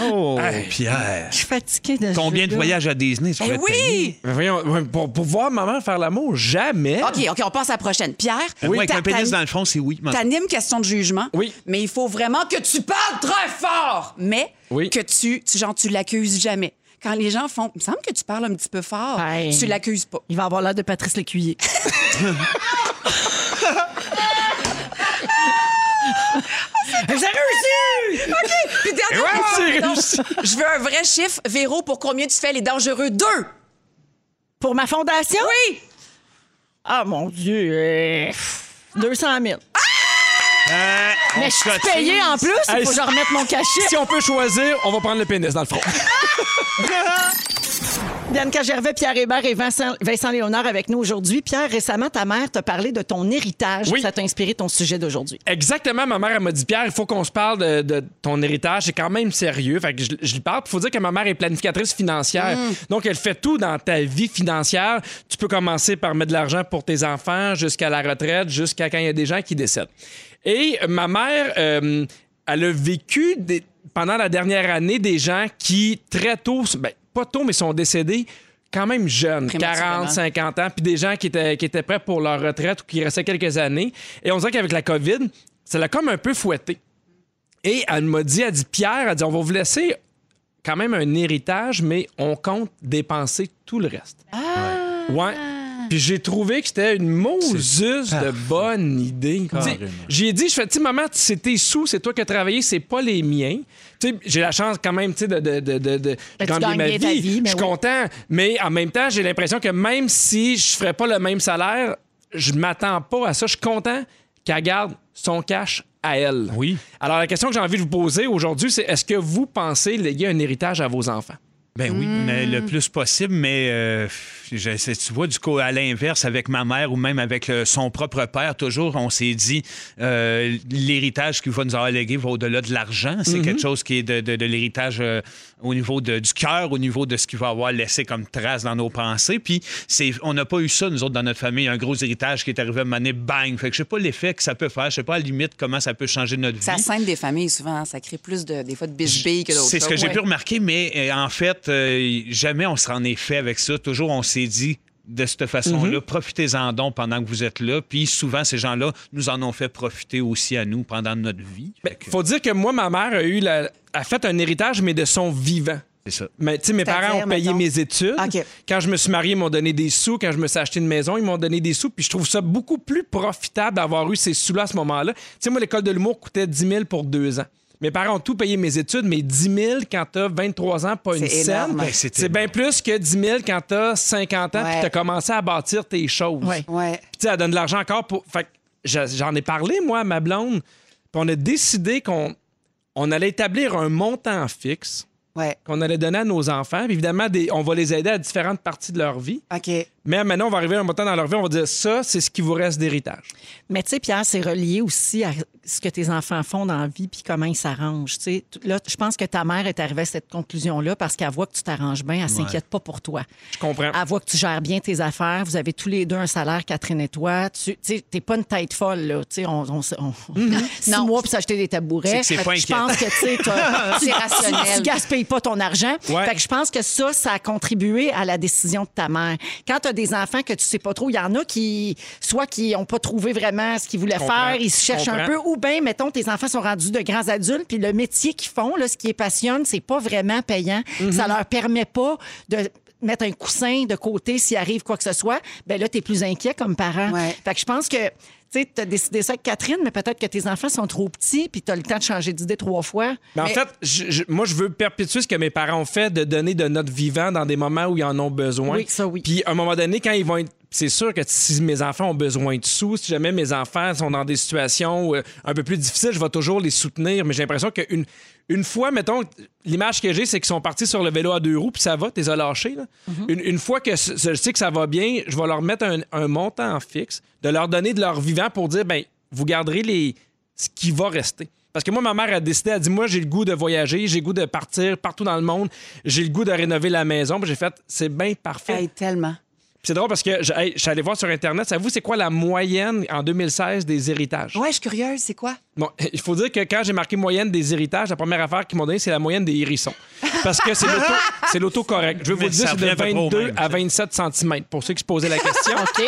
D: Oh, Pierre.
A: Je suis fatiguée de ce
D: Combien de
A: jeu-là.
D: voyages à Disney tu
C: Ben
D: pourrais te payer?
C: oui!
B: Mais voyons, ouais, pour, pour voir maman faire l'amour, jamais.
C: OK, OK, on passe à la prochaine. Pierre,
D: Moi, Ben avec
C: t'a-
D: un pénis
C: t'a-
D: dans le front, c'est oui. mais-
C: t'animes question de jugement.
B: Oui.
C: Mais il faut vraiment que tu parles très fort, mais
B: Oui.
C: que tu, tu genre, tu l'accuses jamais. Quand les gens font, il me semble que tu parles un petit peu fort,
A: Hey.
C: tu l'accuses pas.
A: Il va avoir l'air de Patrice Lécuyer. J'ai réussi!
C: Puis dernière
B: Ouais,
C: question,
B: c'est
C: donc,
B: réussi.
C: je veux un vrai chiffre, Véro, pour combien tu fais les dangereux deux?
A: Pour ma fondation?
C: Oui.
A: Ah, mon Dieu. euh, 200 000.
D: Ah, Euh, on
A: Mais je suis
D: cotise.
A: payée en plus. Il
B: Hey,
A: faut que je
B: si-
A: remette mon cachet.
B: Si on peut choisir, on va prendre le pénis dans le front.
A: Bianca Gervais, Pierre Hébert et Vincent, Vincent Léonard avec nous aujourd'hui. Pierre, récemment, ta mère t'a parlé de ton héritage.
B: Oui.
A: Ça t'a inspiré ton sujet d'aujourd'hui.
B: Exactement, ma mère, elle m'a dit Pierre, il faut qu'on se parle de, de ton héritage, c'est quand même sérieux. Fait que je, je lui parle. Il faut dire que ma mère est planificatrice financière. Donc, elle fait tout dans ta vie financière. Tu peux commencer par mettre de l'argent pour tes enfants jusqu'à la retraite, jusqu'à quand il y a des gens qui décèdent. Et euh, ma mère, euh, elle a vécu des- pendant la dernière année des gens qui, très tôt, ben, pas tôt, mais sont décédés quand même jeunes,
C: Prématurément.
B: 40, 50 ans, puis des gens qui étaient, qui étaient prêts pour leur retraite ou qui restaient quelques années. Et on dirait qu'avec la COVID, ça l'a comme un peu fouetté. Et elle m'a dit, elle dit, Pierre, elle dit, on va vous laisser quand même un héritage, mais on compte dépenser tout le reste.
A: Ah!
B: Ouais. Puis j'ai trouvé que c'était une Moses de bonne idée. Tu sais, J'ai dit, je fais, tu sais, maman, c'est tes sous, c'est toi qui as travaillé, c'est pas les miens. Tu sais, j'ai la chance quand même, tu sais, de, de, de, de, de
A: Ben, tu
B: gagner
A: gagnes
B: ma
A: bien ta
B: vie.
A: vie, mais
B: je suis
A: oui.
B: content. Mais en même temps, j'ai l'impression que même si je ferais pas le même salaire, je m'attends pas à ça. Je suis content qu'elle garde son cash à elle.
D: Oui.
B: Alors, la question que j'ai envie de vous poser aujourd'hui, c'est est-ce que vous pensez léguer un héritage à vos enfants?
D: Ben oui, mais le plus possible, mais euh, je sais, tu vois, du coup, à l'inverse, avec ma mère ou même avec euh, son propre père, toujours, on s'est dit, euh, l'héritage qu'il va nous avoir légué va au-delà de l'argent. C'est quelque chose qui est de, de- de l'héritage euh, au niveau de- du cœur, au niveau de ce qu'il va avoir laissé comme trace dans nos pensées. Puis, c'est, on n'a pas eu ça, nous autres, dans notre famille, un gros héritage qui est arrivé à un moment donné, bang! Fait que je sais pas l'effet que ça peut faire, je sais pas à la limite comment ça peut changer notre
C: Ça
D: vie.
C: scène des familles souvent, hein. ça crée plus de des fois de bisbilles que d'autres.
D: C'est ce que
C: choses.
D: j'ai
C: Ouais.
D: pu remarquer, mais euh, en fait, euh, jamais on s'en est fait avec ça. Toujours, on s'est dit de cette façon-là,
C: Mhm.
D: profitez-en donc pendant que vous êtes là. Puis souvent, ces gens-là nous en ont fait profiter aussi à nous pendant notre vie. Fait
B: Ben,
D: que,
B: faut dire que moi, ma mère a eu la... a fait un héritage, mais de son vivant.
D: C'est ça.
B: Mais tu sais, mes
A: C'est-à-dire,
B: parents ont payé
A: mettons?
B: mes études.
A: OK.
B: Quand je me suis marié, ils m'ont donné des sous. Quand je me suis acheté une maison, ils m'ont donné des sous. Puis je trouve ça beaucoup plus profitable d'avoir eu ces sous-là à ce moment-là. Tu sais, moi, l'école de l'humour coûtait 10 000 pour deux ans. Mes parents ont tout payé mes études, mais 10 000 quand t'as 23 ans, pas une
C: C'est énorme.
B: scène.
D: Ben, c'est
B: c'est bien
D: énorme.
B: plus que 10 000 quand t'as 50 ans
C: Ouais.
B: puis t'as commencé à bâtir tes choses.
A: Ouais.
C: Ouais.
B: Puis, tu sais, elle donne de l'argent encore pour. Fait que j'a- j'en ai parlé, moi, à ma blonde. Puis, on a décidé qu'on on allait établir un montant fixe
C: Ouais.
B: qu'on allait donner à nos enfants. Puis, évidemment, des- on va les aider à différentes parties de leur vie.
C: OK.
B: Mais maintenant, on va arriver à un montant dans leur vie, on va dire ça, c'est ce qui vous reste d'héritage.
A: Mais tu sais, Pierre, c'est relié aussi à ce que tes enfants font dans la vie puis comment ils s'arrangent. Tu sais, t- là, je pense que ta mère est arrivée à cette conclusion-là parce qu'elle voit que tu t'arranges bien, elle s'inquiète pas pour toi.
B: Je comprends.
A: Elle voit que tu gères bien tes affaires. Vous avez tous les deux un salaire, Catherine et toi. Tu sais, t'es pas une tête folle, là. Tu sais, on, on, on- six
C: Mm-hmm. Non.
A: mois puis s'acheter des tabourets.
D: C'est que c'est pas
A: Je pense que, tu sais, t'as-
C: C'est
A: tu
C: rationnel.
A: gaspilles pas ton argent.
B: Ouais.
A: Fait que je pense que ça, ça a contribué à la décision de ta mère. Quand tu as as des enfants que tu sais pas trop, il y en a qui, soit qui ont pas trouvé vraiment ce qu'ils voulaient
B: comprends.
A: faire, ils se cherchent
B: Je
A: un
B: comprends.
A: peu, ou bien, mettons, tes enfants sont rendus de grands adultes, puis le métier qu'ils font, là, ce qui les passionne, c'est pas vraiment payant.
B: Mhm.
A: Ça leur permet pas de mettre un coussin de côté s'il arrive quoi que ce soit, ben là, tu es plus inquiet comme parent.
C: Ouais.
A: Fait que je pense que, tu sais, t'as décidé ça avec Catherine, mais peut-être que tes enfants sont trop petits, puis t'as le temps de changer d'idée trois fois.
B: Mais en fait, je- je- moi, je veux perpétuer ce que mes parents ont fait de donner de notre vivant dans des moments où ils en ont besoin.
A: Oui, ça, oui.
B: Puis à un moment donné, quand ils vont être. C'est sûr que si mes enfants ont besoin de sous, si jamais mes enfants sont dans des situations euh, un peu plus difficiles, je vais toujours les soutenir. Mais j'ai l'impression qu'une une fois, mettons, l'image que j'ai, c'est qu'ils sont partis sur le vélo à deux roues, puis ça va, t'es as lâchés. là. une, une fois que ce- je sais que ça va bien, je vais leur mettre un, un montant fixe, de leur donner de leur vivant pour dire, ben, vous garderez les, ce qui va rester. Parce que moi, ma mère a décidé, elle a dit Moi, j'ai le goût de voyager, j'ai le goût de partir partout dans le monde, j'ai le goût de rénover la maison. Puis j'ai fait C'est bien parfait.
C: Hey, tellement.
B: Puis c'est drôle parce que je, hey, je suis allé voir sur Internet, savez-vous, c'est quoi la moyenne en 2016 des héritages
C: Ouais, je suis curieuse, c'est quoi?
B: Bon, il faut dire que quand j'ai marqué moyenne des héritages, la première affaire qu'ils m'ont donnée, c'est la moyenne des hérissons. Parce que c'est l'auto- c'est l'autocorrect. Je veux vous
D: Mais
B: le dire,
D: ça
B: c'est de
D: revient à peu près au
B: 22
D: même,
B: à
D: ça.
B: 27 cm. Pour ceux qui se posaient la question.
A: OK?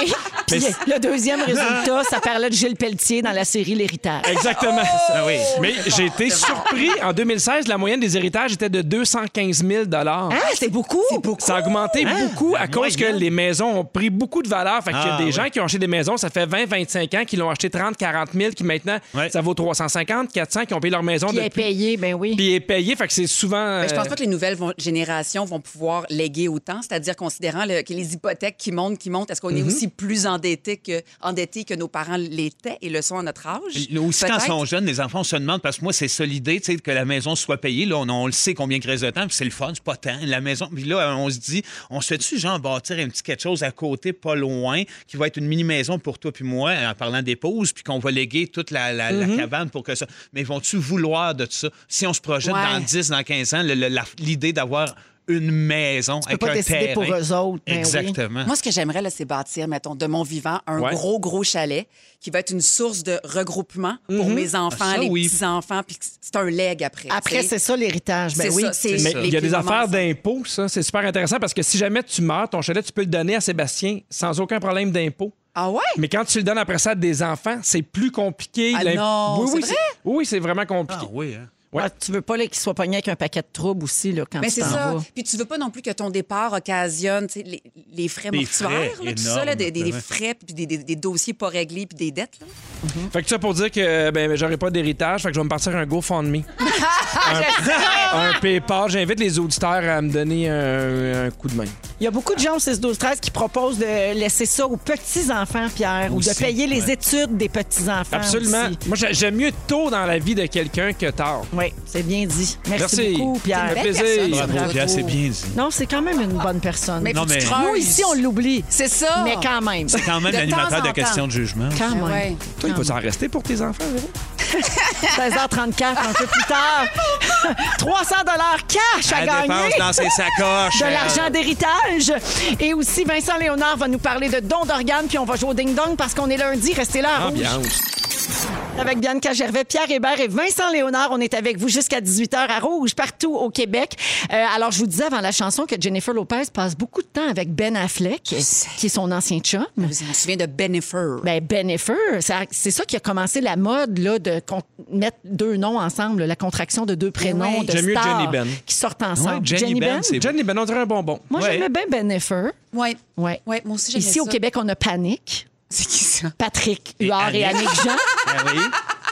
A: Puis le deuxième résultat, ça parlait de Gilles Pelletier dans la série
C: Oh!
A: L'Héritage.
B: Exactement.
D: Ah oui.
B: Mais j'ai été surpris. En 2016, la moyenne des héritages était de 215 000
A: Ah, c'est beaucoup! C'est beaucoup.
B: Ça a augmenté beaucoup à cause que
D: moyenne.
B: les maisons ont pris beaucoup de valeur. Fait qu'il y a
D: Hein? Ben Ah,
B: des
D: oui.
B: gens qui ont acheté des maisons, ça fait 20-25 ans, qui l'ont acheté 30-40 000, qui maintenant,
D: Ouais.
B: ça vaut 350, 400, qui ont payé leur maison
A: Qui est
B: depuis.
A: payé, ben oui.
B: Puis est payé, fait que c'est souvent.
C: Ben, je pense
B: euh,
C: pas que les nouvelles vont- générations vont pouvoir léguer autant, c'est-à-dire considérant le- que les hypothèques qui montent, qui montent, est-ce qu'on est aussi plus endettés que, endettés que nos parents l'étaient et le sont à notre âge?
D: Puis Aussi, quand ils
C: Peut-être.
D: sont jeunes, les enfants se demandent, parce que moi, c'est ça l'idée, tu sais, que la maison soit payée. Là, on, on le sait combien il reste de temps, puis c'est le fun, c'est pas tant. La maison, puis là, on se dit, on se fait-tu, genre, bâtir un petit quelque chose à côté, pas loin, qui va être une mini-maison pour toi puis moi, en parlant des pauses, puis qu'on va léguer toute la, la- la cabane pour que ça. Mais vont-tu vouloir de ça? Si on se projette
C: Ouais.
D: dans 10, dans 15 ans, le- le- la- l'idée d'avoir une maison
A: peux
D: avec
A: pas
D: un
A: décider
D: terrain.
A: pour eux autres, ben oui.
D: Exactement.
C: Moi, ce que j'aimerais, là, c'est bâtir, mettons, de mon vivant, un
B: Ouais.
C: gros, gros chalet qui va être une source de regroupement pour mes enfants,
D: Ah, ça,
C: les
D: oui.
C: petits-enfants, puis que c'est un leg après.
A: Après,
C: tu sais.
A: c'est ça l'héritage. Ben
C: C'est
A: oui.
C: ça, c'est
B: euh, Mais
C: les
B: il y a
C: petits
B: des
C: moments
B: affaires
C: ensemble.
B: d'impôts, ça. C'est super intéressant parce que si jamais tu meurs, ton chalet, tu peux le donner à Sébastien sans aucun problème d'impôt.
C: Ah ouais?
B: Mais quand tu le donnes après ça à des enfants, c'est plus compliqué.
C: Ah
B: L'im-
C: non,
B: oui,
C: c'est
B: oui,
C: vrai?
B: oui, c'est vraiment compliqué.
D: Ah oui, hein.
B: Ouais.
A: Ah, tu veux pas là, qu'ils soient pognés avec un paquet de troubles aussi là, quand
C: Mais
A: tu
C: Ben, c'est
A: t'en
C: ça.
A: vas.
C: Puis tu veux pas non plus que ton départ occasionne tu sais, les, les frais
D: Des
C: mortuaires,
D: frais
C: là, tout ça, là, des, des- des
D: énormes,
C: frais, puis des, des- des dossiers pas réglés, puis des dettes. là.
B: Fait que ça pour dire que euh, ben j'aurai pas d'héritage, fait que je vais me partir un GoFundMe. un, un PayPal. J'invite les auditeurs à me donner un, un coup de main.
A: Il y a beaucoup de gens au 6 12 13 qui proposent de laisser ça aux petits-enfants, Pierre, ou de
D: Aussi,
A: payer les
D: ouais.
A: études des petits-enfants.
B: Absolument.
A: aussi.
B: Moi, j'ai- j'aime mieux tôt dans la vie de quelqu'un que tard.
A: Oui, c'est bien dit. Merci,
B: Merci.
A: beaucoup,
B: Ça
A: Pierre.
B: fait plaisir.
D: Bravo, Pierre, c'est bien dit.
A: Non, c'est quand même une bonne personne.
C: Mais
D: Non,
C: faut que tu
D: mais-
C: creuses.
A: Nous, ici, on l'oublie.
C: C'est ça.
A: Mais quand même.
D: Quand même,
C: De temps
D: l'animateur
C: en
D: de
C: temps.
D: questions de jugement.
A: Quand même.
C: Ouais.
B: Toi, il peut s'en rester pour tes enfants, Véro?
A: 16h34, un peu plus tard. 300 cash à
D: Elle
A: gagner.
D: dépense dans ses sacoches.
A: de l'argent d'héritage. Et aussi, Vincent Léonard va nous parler de dons d'organes, puis on va jouer au ding-dong parce qu'on est lundi. Restez là.
D: Ah,
A: à Rouge.
B: Ambiance.
A: Avec Bianca Gervais, Pierre Hébert et Vincent Léonard, on est avec vous jusqu'à 18h à Rouge, partout au Québec. Euh, alors, je vous disais avant la chanson que Jennifer Lopez passe beaucoup de temps avec Ben Affleck,
C: sais.
A: qui est son ancien chum.
C: Je me souviens de Benefer.
A: Ben, Benefer, ça- c'est ça qui a commencé la mode là, de con- mettre deux noms ensemble, la contraction de deux prénoms
C: Eh oui.
A: de
B: J'aime mieux
A: stars
B: Jenny Ben.
A: qui sortent ensemble.
D: Ouais, Jenny Ben, c'est-
B: Jenny, ben on dirait un bonbon.
A: Moi,
D: Ouais.
A: j'aimais bien Benefer.
C: ouais.
A: Ouais.
C: Ouais, moi aussi, j'aimais
A: Ici, au
C: ça.
A: Québec, on a Panique.
C: C'est qui ça?
A: Patrick Huard et
D: Annick.
A: Annick Jean.
D: Ah oui.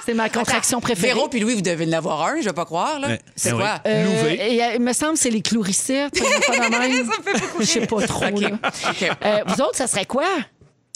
A: C'est ma contraction préférée.
C: Véro puis Louis, vous devez en avoir un, je vais pas croire. là.
D: Ben,
C: C'est
D: ben
C: quoi?
D: oui.
A: Euh,
D: Louvet.
A: et, euh, il me semble que c'est les clouricettes. pas de même. Je sais pas trop. là. Euh, vous autres, ça serait quoi?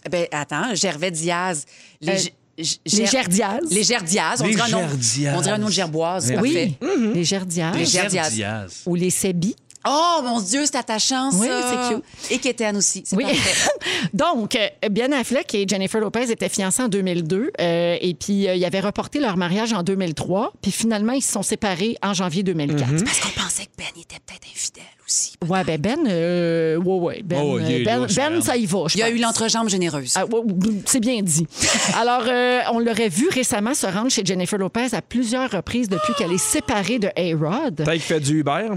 C: Ben, attends, Gervais Diaz. Les,
A: Euh,
C: G- G-
A: les
C: Ger-
A: Gerdiaz.
C: Les Gerdiaz. On
D: Les
C: dirait un nom,
D: Gerdiaz.
C: on dirait un nom de gerboise.
D: Ben
C: Parfait.
A: Les gerdias.
C: Les
D: Pierre
C: Gerdiaz.
D: Diaz.
A: Ou les sébis.
C: Oh, mon Dieu, c'est attachant, ça.
A: Oui, c'est cute.
C: Et Kéten aussi. C'est
A: Oui.
C: parfait.
A: Donc, euh, Ben Affleck et Jennifer Lopez étaient fiancés en 2002. euh, et puis, euh, ils avaient reporté leur mariage en 2003. Puis finalement, ils se sont séparés en janvier 2004.
D: Mm-hmm.
C: Parce qu'on pensait que Ben était peut-être infidèle aussi.
A: Ouais, ben, Ben, euh, ouais, ouais, ben,
D: Oh, il est
A: euh, ben,
D: lourd, ce
A: Ben,
D: Ben.
A: ça y va. je
C: Il y a
A: pense.
C: eu l'entrejambe généreuse.
A: Ah, ouais, ouais, C'est bien dit. Alors, euh, on l'aurait vu récemment se rendre chez Jennifer Lopez à plusieurs reprises depuis qu'elle est séparée de A-Rod.
B: Peut-être qu'il fait du Uber.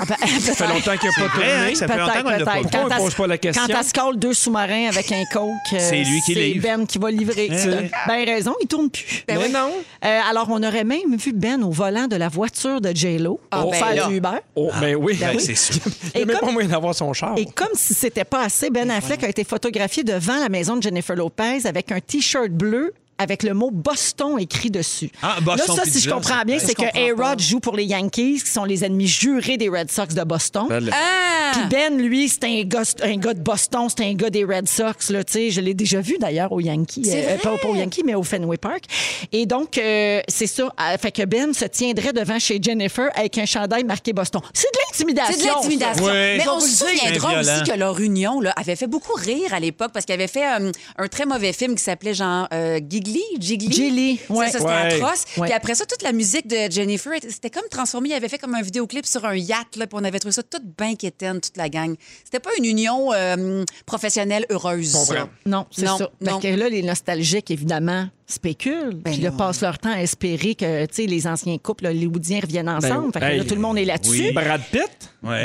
C: ah, ben,
B: Ça fait longtemps qu'il n'y a pas
D: vrai,
B: tourné.
D: hein, ça fait longtemps qu'on l'a pas vu.
B: Pourquoi on
A: Quand
B: pose pas la question?
A: Quand t'ascales deux sous-marins avec un coke, euh,
D: C'est lui qui livre.
A: C'est Ben qui va livrer.
D: Eh
A: Tu as
D: oui.
A: ben raison, il tourne plus.
C: Ben
B: Mais non.
A: Euh, alors, on aurait même vu Ben au volant de la voiture de J-Lo pour
C: ben
A: faire
C: là.
A: du Uber.
B: Oh, ben oui.
D: Ben, C'est sûr.
B: Il n'y
A: Et
B: a même
A: comme-
B: pas moyen d'avoir son char.
A: Et comme si c'était pas assez, Ben Affleck a été photographié devant la maison de Jennifer Lopez avec un T-shirt bleu avec le mot Boston écrit dessus.
D: Ah, Boston
A: Là, ça, si
D: Pizza,
A: je comprends bien,
D: ça.
A: c'est que A-Rod joue pour les Yankees, qui sont les ennemis jurés des Red Sox de Boston.
B: Ben, le-
C: Ah.
A: Puis Ben, lui, c'est un gars, un gars de Boston, c'est un gars des Red Sox. Là, tu sais, je l'ai déjà vu d'ailleurs aux Yankees. Euh, pas, pas aux Yankees, mais au Fenway Park. Et donc, euh, c'est ça. Ah, Fait que Ben se tiendrait devant chez Jennifer avec un chandail marqué Boston. C'est de l'intimidation.
C: C'est de l'intimidation.
D: Oui.
C: Mais
D: Ça
C: on
D: vous
C: se
D: le dire,
C: souviendra
D: c'est
C: aussi
D: violent.
C: que leur union là, avait fait beaucoup rire à l'époque parce qu'ils avaient fait euh, un très mauvais film qui s'appelait genre euh, Giggly, Jiggly.
A: Gilly,
C: Ça,
A: ouais.
C: Ça, c'était
B: Ouais.
C: atroce.
A: Ouais.
C: Puis après ça, toute la musique de Jennifer, c'était comme transformé. Il avait fait comme un vidéoclip sur un yacht, là, puis on avait trouvé ça toute bien quétaine, toute la gang. C'était pas une union euh, professionnelle heureuse.
B: comprends.
A: Non, c'est
C: Non,
A: ça.
C: non. Ben
A: Parce que là, les nostalgiques, évidemment, spéculent. puis là, passent leur temps à espérer que tu sais, les anciens couples hollywoodiens reviennent ensemble. fait que
B: hey,
A: là, tout le monde est là-dessus.
D: oui.
B: Brad Pitt?
D: Ouais.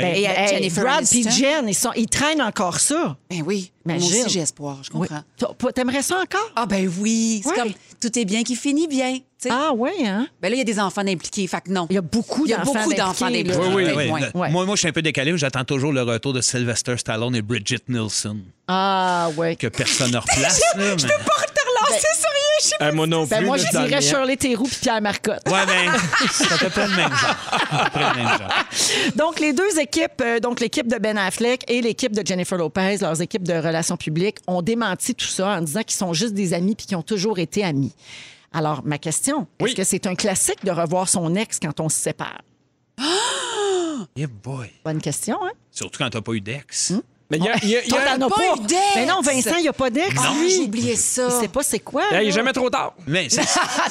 A: Ben,
C: Ben, Et à
A: hey,
C: Jennifer
A: Brad
C: Aniston.
A: et Jen, ils, sont, ils traînent encore ça.
C: Ben oui, moi
A: Imagine.
C: aussi j'ai espoir, je
A: Oui.
C: comprends.
A: T'as- pas- T'aimerais ça encore?
C: Ah ben oui, c'est
A: Ouais.
C: comme tout est bien qui finit bien. tu sais.
A: Ah oui, hein?
C: Ben là, il y a des enfants impliqués, fait que non.
A: Il y a beaucoup
C: Il y a
A: d'enfants
C: beaucoup d'enfants
A: impliqués,
C: impliqués.
A: là.
D: Ah Oui,
C: peut-être
D: oui.
C: moins.
D: Le- Moi, moi, je suis un peu décalé. J'attends toujours le retour de Sylvester Stallone et Bridget Nielsen,
A: Ah oui.
D: que personne ne replace. là, mais-
B: Euh, moi non plus.
A: Ben moi,
B: là,
A: je
B: dans le
A: dirais
B: mien.
A: Shirley Theroux puis Pierre Marcotte.
D: Ouais, ben, ça fait pas le même genre. À peu près le même genre.
A: Donc, les deux équipes, euh, donc l'équipe de Ben Affleck et l'équipe de Jennifer Lopez, leurs équipes de relations publiques, ont démenti tout ça en disant qu'ils sont juste des amis puis qu'ils ont toujours été amis. Alors, ma question,
B: Oui.
A: est-ce que c'est un classique de revoir son ex quand on se sépare?
D: Yeah, boy.
A: Bonne question, hein?
D: Surtout quand t'as pas eu d'ex.
B: Mais il y a- il y a- il y
A: Toi,
B: a-
A: t'en as
C: pas
A: pas.
C: eu d'ex!
A: Mais non, Vincent, il n'y a pas d'ex.
C: Ah,
A: lui.
C: j'ai oublié ça.
A: Il sait pas c'est quoi.
B: Hey,
A: là.
B: jamais trop tard.
D: Mais c'est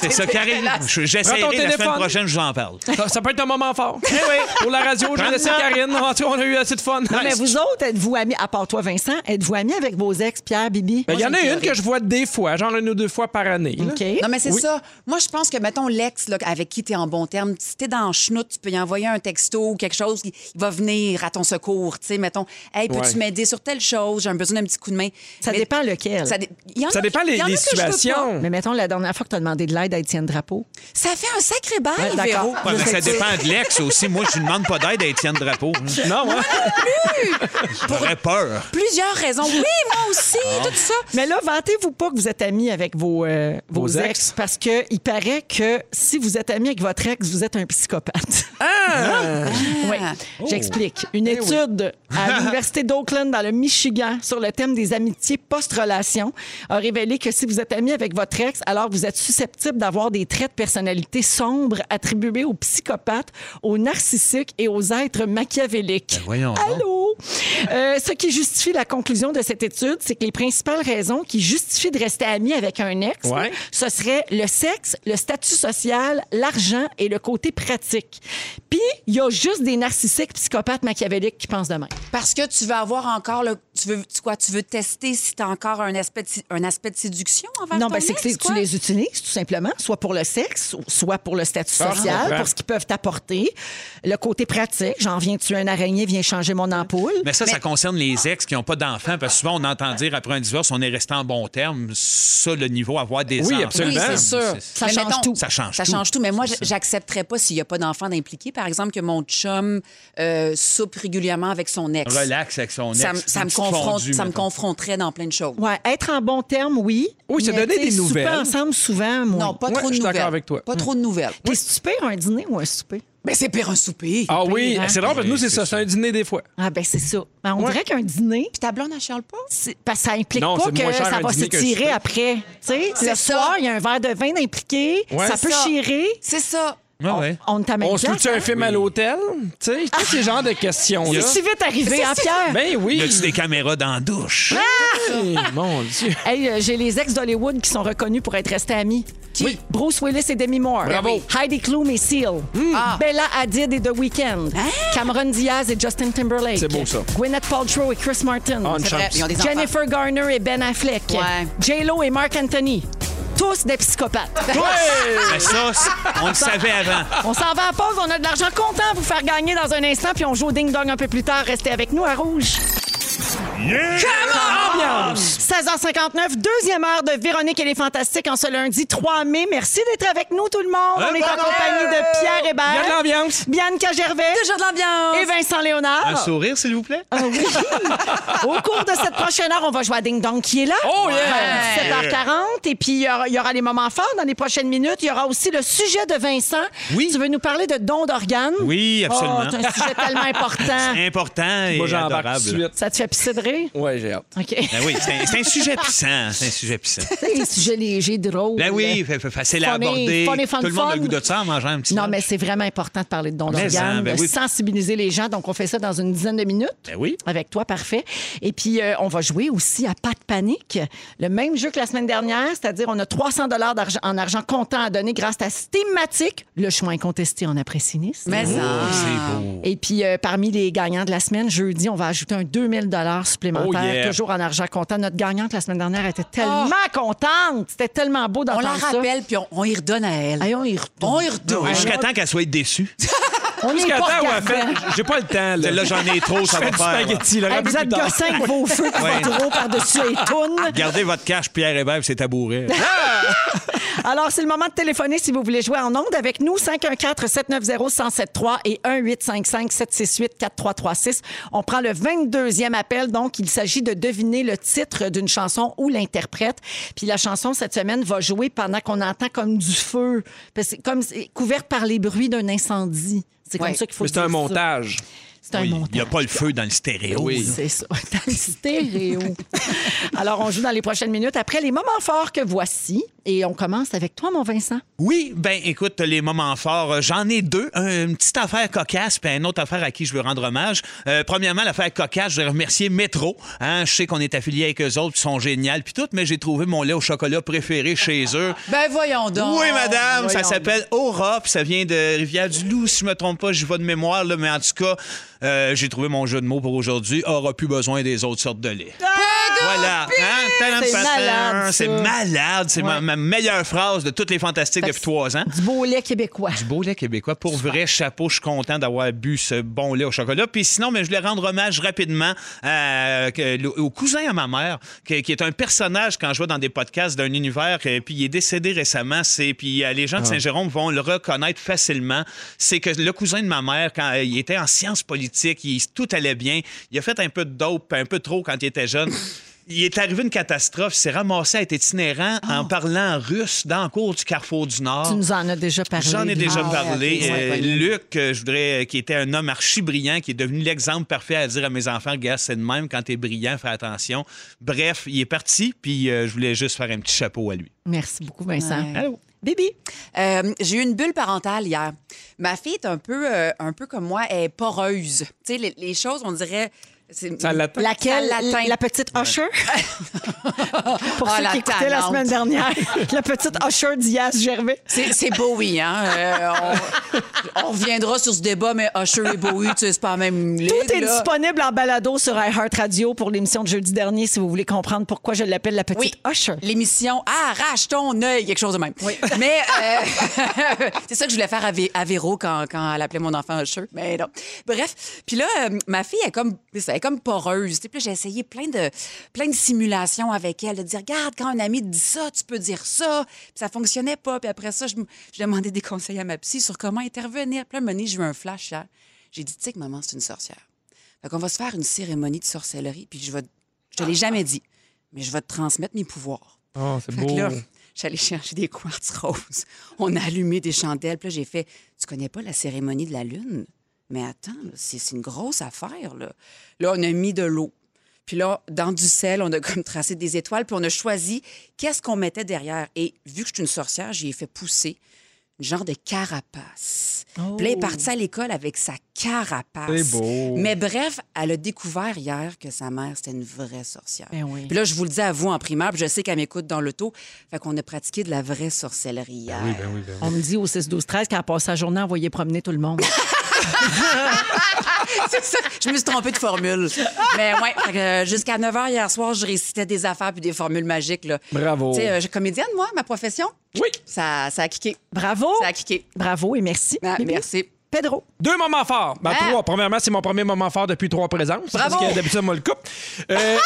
D: c'est ça qui arrive. Je-
B: Prends ton
D: J'essaierai la semaine
B: téléphone.
D: prochaine, je vous en parle.
B: Ça, ça peut être un moment fort.
C: Eh
B: Pour la radio, je vais laisser Karine. En tout cas, on a eu assez de fun.
A: Non, mais vous autres, êtes-vous amis, à part toi, Vincent, êtes-vous amis avec vos ex, Pierre, Bibi?
B: Ben, Il y en
C: Moi,
B: a
C: j'ai une
B: une que je vois des fois, genre une ou deux fois par année. là.
A: OK.
C: Non, mais c'est ça. Moi, je pense que, mettons, l'ex là, avec qui tu es en bon terme, si tu es dans le chenoute, tu peux y envoyer un texto ou quelque chose, il va venir à ton secours. Tu sais, mettons, hey, peux-tu
B: Ouais.
C: m'aider sur telle chose? J'ai besoin d'un petit coup de main.
A: Ça
C: Mais-
A: dépend lequel.
C: Ça, dé- il y en a
B: Ça dépend
C: qui- il
B: les,
C: y en a
B: les
C: que je veux pas.
B: situations.
A: Mais mettons, la dernière fois que tu as demandé de l'aide à Étienne Drapeau.
C: Ça fait un sacré bail,
A: Ouais,
C: Véro.
A: d'accord.
D: Ouais, mais ça dépend de l'ex aussi. Moi, je ne demande pas d'aide à Étienne Drapeau.
B: Non, hein?
D: J'aurais peur.
C: Plusieurs raisons. Oui, moi aussi, tout ça.
A: Mais là, vantez-vous pas que vous êtes amis avec vos, euh, vos,
B: Vos
A: ex.
B: ex.
A: parce que il paraît que si vous êtes amis avec votre ex, vous êtes un psychopathe. Oui, j'explique. Une étude à l'Université d'Oakland, dans le Michigan, sur le thème des amitiés post-relation, a révélé que si vous êtes amis avec votre ex, alors vous êtes susceptible d'avoir des traits de personnalité sombres attribués aux psychopathes, aux narcissiques et aux êtres machiavéliques.
D: voyons donc.
A: Allô? Euh, ce qui justifie la conclusion de cette étude, c'est que les principales raisons qui justifient de rester amis avec un ex,
B: Ouais.
A: ce serait le sexe, le statut social, l'argent et le côté pratique. Puis, il y a juste des narcissiques, psychopathes, machiavéliques qui pensent de même.
C: Parce que tu veux avoir encore le. Tu veux, tu, quoi, tu veux tester si tu as encore un aspect, de, si- un aspect de séduction envers
A: Non,
C: ton
A: ben, c'est que
C: ex,
A: c'est- tu
C: quoi?
A: les utilises, tout simplement, soit pour le sexe, ou- soit pour le statut
B: Ah, je
A: social,
B: comprends.
A: pour ce qu'ils peuvent t'apporter. Le côté pratique, genre, viens-tu un araignée, viens changer mon ampoule.
D: Mais ça, ça concerne les ex qui n'ont pas d'enfants, parce que souvent, on entend dire après un divorce, on est resté en bon terme. Ça, le niveau, avoir des
B: Oui,
D: enfants.
B: absolument.
C: Oui, c'est sûr.
A: Ça change tout.
D: Ça change
C: Ça
D: tout.
C: change tout. Mais moi, j'accepterais pas s'il n'y a pas d'enfant d'impliqué. Par exemple, que mon chum euh, soupe régulièrement avec son ex.
D: Relax avec son ex.
C: Ça, me- ça
D: Une
C: me
D: petite
C: confronte,
D: fondue,
C: ça me
D: mettons.
C: confronterait dans plein de choses.
A: Ouais, être en bon terme, oui.
B: Oui, se
A: Mais,
B: donner
A: tu sais,
B: des
A: souper
B: nouvelles.
A: ensemble souvent, moi.
C: Non, pas
B: Ouais,
C: trop de
B: je suis
C: nouvelles.
B: d'accord avec toi.
C: Pas trop de nouvelles.
A: Puis c'est-tu pire un dîner ou un souper?
C: Mais c'est pire un souper.
B: Ah oui,
A: hein?
B: c'est drôle parce que nous, c'est
D: c'est
B: ça. C'est un dîner des fois.
A: Ah ben c'est ça. Ben, on dirait qu'un dîner,
C: Puis ta blonde, elle chiale pas?
A: c'est- parce que ça implique
B: Non,
A: pas
B: c'est moins
A: que
B: cher
A: ça
B: un
A: va
B: dîner qu'un
A: s'étirer
B: souper.
A: après. Tu sais,
C: C'est
A: le
C: ça.
A: soir, il y a un verre de vin impliqué,
B: Ouais.
A: ça peut
C: Ça.
A: chirer.
C: C'est ça.
D: Ouais, Ah ouais.
A: On t'a même
B: On se loue un film à l'hôtel? Tu sais, tous ces genres de questions-là.
A: C'est si vite arrivé, hein, Pierre?
B: Ben
D: Y
B: oui. Ah!
D: a-tu des caméras dans la douche?
B: Hey, Mon Dieu.
A: Hey, euh, j'ai les ex d'Hollywood qui sont reconnus pour être restés amis. Qui? Bruce Willis et Demi Moore.
B: Bravo. Hmm.
A: Heidi Klum et Seal. Bella Hadid et The Weeknd. Cameron Diaz et Justin Timberlake.
B: C'est beau, ça.
A: Gwyneth Paltrow et Chris Martin.
B: Ah, une
C: C'est vrai,
B: chance.
C: ils ont des enfants.
A: Jennifer Garner et Ben Affleck.
C: Ouais.
A: J-Lo et Mark Anthony. tous des psychopathes.
D: Mais ça, c'est- on le savait avant.
A: On s'en va à pause, on a de l'argent content à vous faire gagner dans un instant, puis on joue au ding-dong un peu plus tard. Restez avec nous à Rouge. Ambiance. 16h59, deuxième heure de Véronique et les Fantastiques en ce lundi 3 mai. Merci d'être avec nous, tout le monde. on est en compagnie de Pierre
B: Eh ben Il y a de
A: Hébert,
B: l'ambiance.
A: Bianca Gervais
C: Toujours de l'ambiance.
A: et Vincent Léonard.
D: Un sourire, s'il vous plaît?
A: Ah oui. Au cours de cette prochaine heure, on va jouer à Ding Dong qui est là.
B: Oh, yeah!
A: À 17h40. Et puis, il y, aura, il y aura les moments forts dans les prochaines minutes. Il y aura aussi le sujet de Vincent.
D: Oui.
A: Tu veux nous parler de dons d'organes?
D: Oui, absolument.
A: Oh, c'est un sujet tellement important.
D: C'est important et
B: Moi, j'embarque tout
D: adorable.
B: de suite.
A: Ça te fait pisser de rire?
B: Ouais, j'ai hâte.
A: OK.
D: Ben oui, c'est un, c'est un sujet puissant. C'est un sujet puissant.
A: C'est les sujets légers, drôles.
D: Ben oui, fa- fa- facile à
A: Funny,
D: aborder.
A: funny, fun,
D: Tout le monde a
A: fun.
D: le goût de ça en mangeant un petit
A: Non,
D: lunch.
A: mais c'est vraiment important de parler de
B: Ah,
A: dons
D: Mais
B: hein,
A: d'organes,
D: en, ben
A: de
D: oui.
A: sensibiliser les gens. Donc, on fait ça dans une dizaine de minutes.
D: Ben oui.
A: Avec toi, parfait. Et puis, euh, on va jouer aussi à Pas de panique. Le même jeu que la semaine dernière, c'est-à-dire on a 300 dollars en argent comptant à donner grâce à thématique. Le choix incontesté en apprécie Nice.
C: Mais ça.
A: Et puis, euh, parmi les gagnants de la semaine, jeudi, on va ajouter un 2000 dollars supplémentaire,
B: Oh yeah.
A: toujours en argent comptant. Notre gagnante la semaine dernière était tellement contente. C'était tellement beau
C: Ah! On
A: d'entendre
C: la
A: ça.
C: rappelle, puis on, on y redonne à elle.
A: Hey, on y retourne.
C: On y redonne.
D: Jusqu'à temps qu'elle soit déçue.
A: On est
B: Jusqu'à
A: pas
B: temps où elle
A: regardant.
B: fait. J'ai pas le temps, là.
D: Là, j'en ai trop, ça va
B: du
D: faire. là.
B: spaghetti, là.
A: Hey,
B: rappelle
A: vous
B: plus
A: êtes
B: tard.
A: gossins avec vos feux, puis
D: Ouais.
A: votre eau par-dessus les tounes.
D: Gardez votre cache, Pierre Hébert, c'est tabouret.
B: Ah,
A: Alors, c'est le moment de téléphoner si vous voulez jouer en ondes avec nous. 514-790-1073 et 1-855-768-4336. On prend le 22e appel. Donc, il s'agit de deviner le titre d'une chanson ou l'interprète. Puis la chanson, cette semaine, va jouer pendant qu'on entend comme du feu. Parce que c'est comme c'est couverte par les bruits d'un incendie. C'est comme
C: Ouais.
A: ça qu'il faut
B: Mais c'est un
A: dire ça.
B: montage.
A: C'est un
D: Oui,
A: montage.
D: Il n'y a pas le feu dans le stéréo. là.
A: C'est ça. Dans le stéréo. Alors, on joue dans les prochaines minutes après les moments forts que voici. Et on commence avec toi, mon Vincent.
D: Oui, ben écoute, les moments forts, euh, j'en ai deux. Un- Une petite affaire cocasse, puis une autre affaire à qui je veux rendre hommage. Euh, premièrement, l'affaire cocasse, je vais remercier Métro. Hein, je sais qu'on est affilié avec eux autres, ils sont géniaux, puis tout, mais j'ai trouvé mon lait au chocolat préféré chez eux.
C: Ben voyons donc.
D: Oui, madame, ça
C: Voyons
D: s'appelle Aura, puis ça vient de Rivière-du-Loup, si je me trompe pas, je vois de mémoire, là, mais en tout cas, euh, j'ai trouvé mon jeu de mots pour aujourd'hui. Aura plus besoin des autres sortes de lait. Voilà. Hein? Tadam,
A: Ah, C'est
D: patin.
A: malade, ça.
D: C'est malade. C'est ma, ma meilleure phrase de toutes les fantastiques depuis trois ans.
A: Du beau lait québécois.
D: Du beau lait québécois. Pour vrai, chapeau, je suis content d'avoir bu ce bon lait au chocolat. Puis sinon, mais je voulais rendre hommage rapidement à- que- au cousin à ma mère, qui, qui est un personnage quand je vois dans des podcasts d'un univers. euh, Puis il est décédé récemment. C'est, puis euh, les gens de
A: Ah.
D: Saint-Jérôme vont le reconnaître facilement. C'est que le cousin de ma mère, quand euh, il était en sciences politiques, il- tout allait bien. Il a fait un peu de dope, un peu trop quand il était jeune. Il est arrivé une catastrophe. Il s'est ramassé à être itinérant en parlant russe dans le cours du Carrefour du Nord.
A: Ah. Tu nous en as déjà parlé.
D: J'en ai déjà
A: Ah,
D: parlé.
A: ouais,
D: Euh,
A: ouais.
D: Luc, euh, je voudrais, euh, qui était un homme archi brillant, qui est devenu l'exemple parfait à dire à mes enfants, gars, c'est de même quand t'es brillant, fais attention. Bref, il est parti, puis euh, je voulais juste faire un petit chapeau à lui.
A: Merci beaucoup, Vincent.
C: Ouais.
D: Allô?
A: Bibi,
C: Euh, j'ai eu une bulle parentale hier. Ma fille est un peu, euh, un peu comme moi, elle est poreuse. Tu sais, les, les choses, on dirait. c'est-
B: Ça l'atteint.
A: laquelle,
C: Ça l'atteint.
A: la petite Usher? Pour
C: Ah,
A: ceux
C: la
A: qui écoutaient la
C: talente.
A: semaine dernière, la petite Usher d'Ias Gervais.
C: C'est c'est Bowie, hein? Euh, on, on reviendra sur ce débat, mais Usher et Bowie, tu sais, c'est pas la même ligue,
A: Tout est
C: là.
A: disponible en balado sur iHeartRadio pour l'émission de jeudi dernier, si vous voulez comprendre pourquoi je l'appelle la
C: Oui,
A: petite Usher.
C: l'émission Ah, Arrache ton œil, quelque chose de même. Mais euh, c'est ça que je voulais faire à, Vé- à Véro quand, quand elle appelait mon enfant Usher. Mais non. Bref, puis là, euh, ma fille, elle est comme, elle est comme poreuse. tu sais. Puis là, j'ai essayé plein de, plein de simulations avec elle, de dire, regarde, quand un ami te dit ça, tu peux dire ça. Puis ça fonctionnait pas. Puis après ça, je, me- je demandais des conseils à ma psy sur comment intervenir. Puis là, à un moment donné, j'ai eu un flash hier. J'ai dit, tu sais que maman, c'est une sorcière. Fait qu'on va se faire une cérémonie de sorcellerie, puis je vais... Je te l'ai jamais dit, mais je vais te transmettre mes pouvoirs.
B: Oh, c'est
C: Fait que
B: beau.
C: là, j'allais chercher des quartz roses. On a allumé des chandelles. Puis là, j'ai fait Tu connais pas la cérémonie de la Lune? Mais attends, là, c'est c'est une grosse affaire. Là, là on a mis de l'eau. Puis là, dans du sel, on a comme tracé des étoiles, puis on a choisi qu'est-ce qu'on mettait derrière. Et vu que je suis une sorcière, j'y ai fait pousser une genre de carapace. Puis là, elle est partie à l'école avec sa carapace.
B: Oh. C'est beau.
C: Mais bref, elle a découvert hier que sa mère, c'était une vraie sorcière.
A: Ben oui.
C: Puis là, je vous le dis à vous en primaire, puis je sais qu'elle m'écoute dans l'auto. Fait qu'on a pratiqué de la
B: Ben
C: vraie sorcellerie hier.
A: On me dit au 6-12-13 qu'elle a passé la journée à envoyer promener tout le monde.
C: C'est ça. Je me suis trompée de formule. Mais ouais, fait que, euh, jusqu'à 9 h hier soir, je récitais des affaires puis des formules magiques. Là.
B: Bravo.
C: Tu sais, euh, je suis comédienne, moi, ma profession.
B: Oui.
C: Ça, ça a kické.
A: Bravo.
C: Ça a kické.
A: Bravo et merci.
C: Ah,
A: Oh. Bibi.
C: merci.
A: Pedro.
B: Deux moments forts. Ben,
C: Ah.
B: trois. Premièrement, c'est mon premier moment fort depuis trois présences.
C: Bravo.
B: Parce que d'habitude, moi, le coupe. Euh,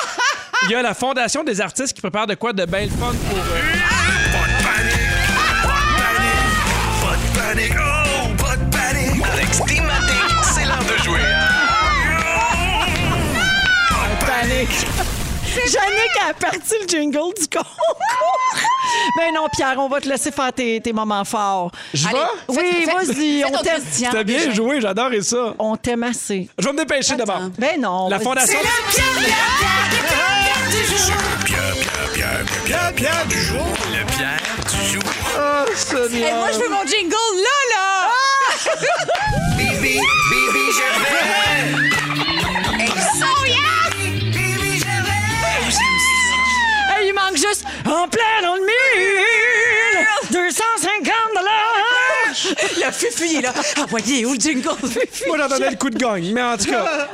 B: Il y a la Fondation des artistes qui prépare de quoi de bien le fun pour. euh,
I: Pas de panique, pas de panique, pas de panique, oh, pas de panique. Avec Steamatic, c'est l'heure de jouer. Pas de panique.
A: Jannick a parti le jingle du concours. Mais non, Pierre, on va te laisser faire tes, tes moments forts.
B: Je vais?
A: Oui,
C: faites-
A: vas-y,
C: faites
A: on
C: notre
A: t'aime.
C: Christian.
B: T'as bien joué, j'adore et ça.
A: On t'aime assez.
B: Je vais me dépêcher d'abord.
A: Ben non.
B: La
A: vas-y.
B: Fondation.
I: Pierre, Pierre, Pierre, Pierre, Pierre du jour. Le Pierre du jour.
C: Hey, moi, je veux mon jingle là, là!
I: Bibi, Bibi Gervais. Oh yes! Bibi Gervais.
A: Hey, il manque juste en plein dans le mille. 250 dollars.
C: Le fufu, il est là. Ah, ouais, il est où le jingle?
B: Moi, j'entendais le coup de gang. Mais en tout cas,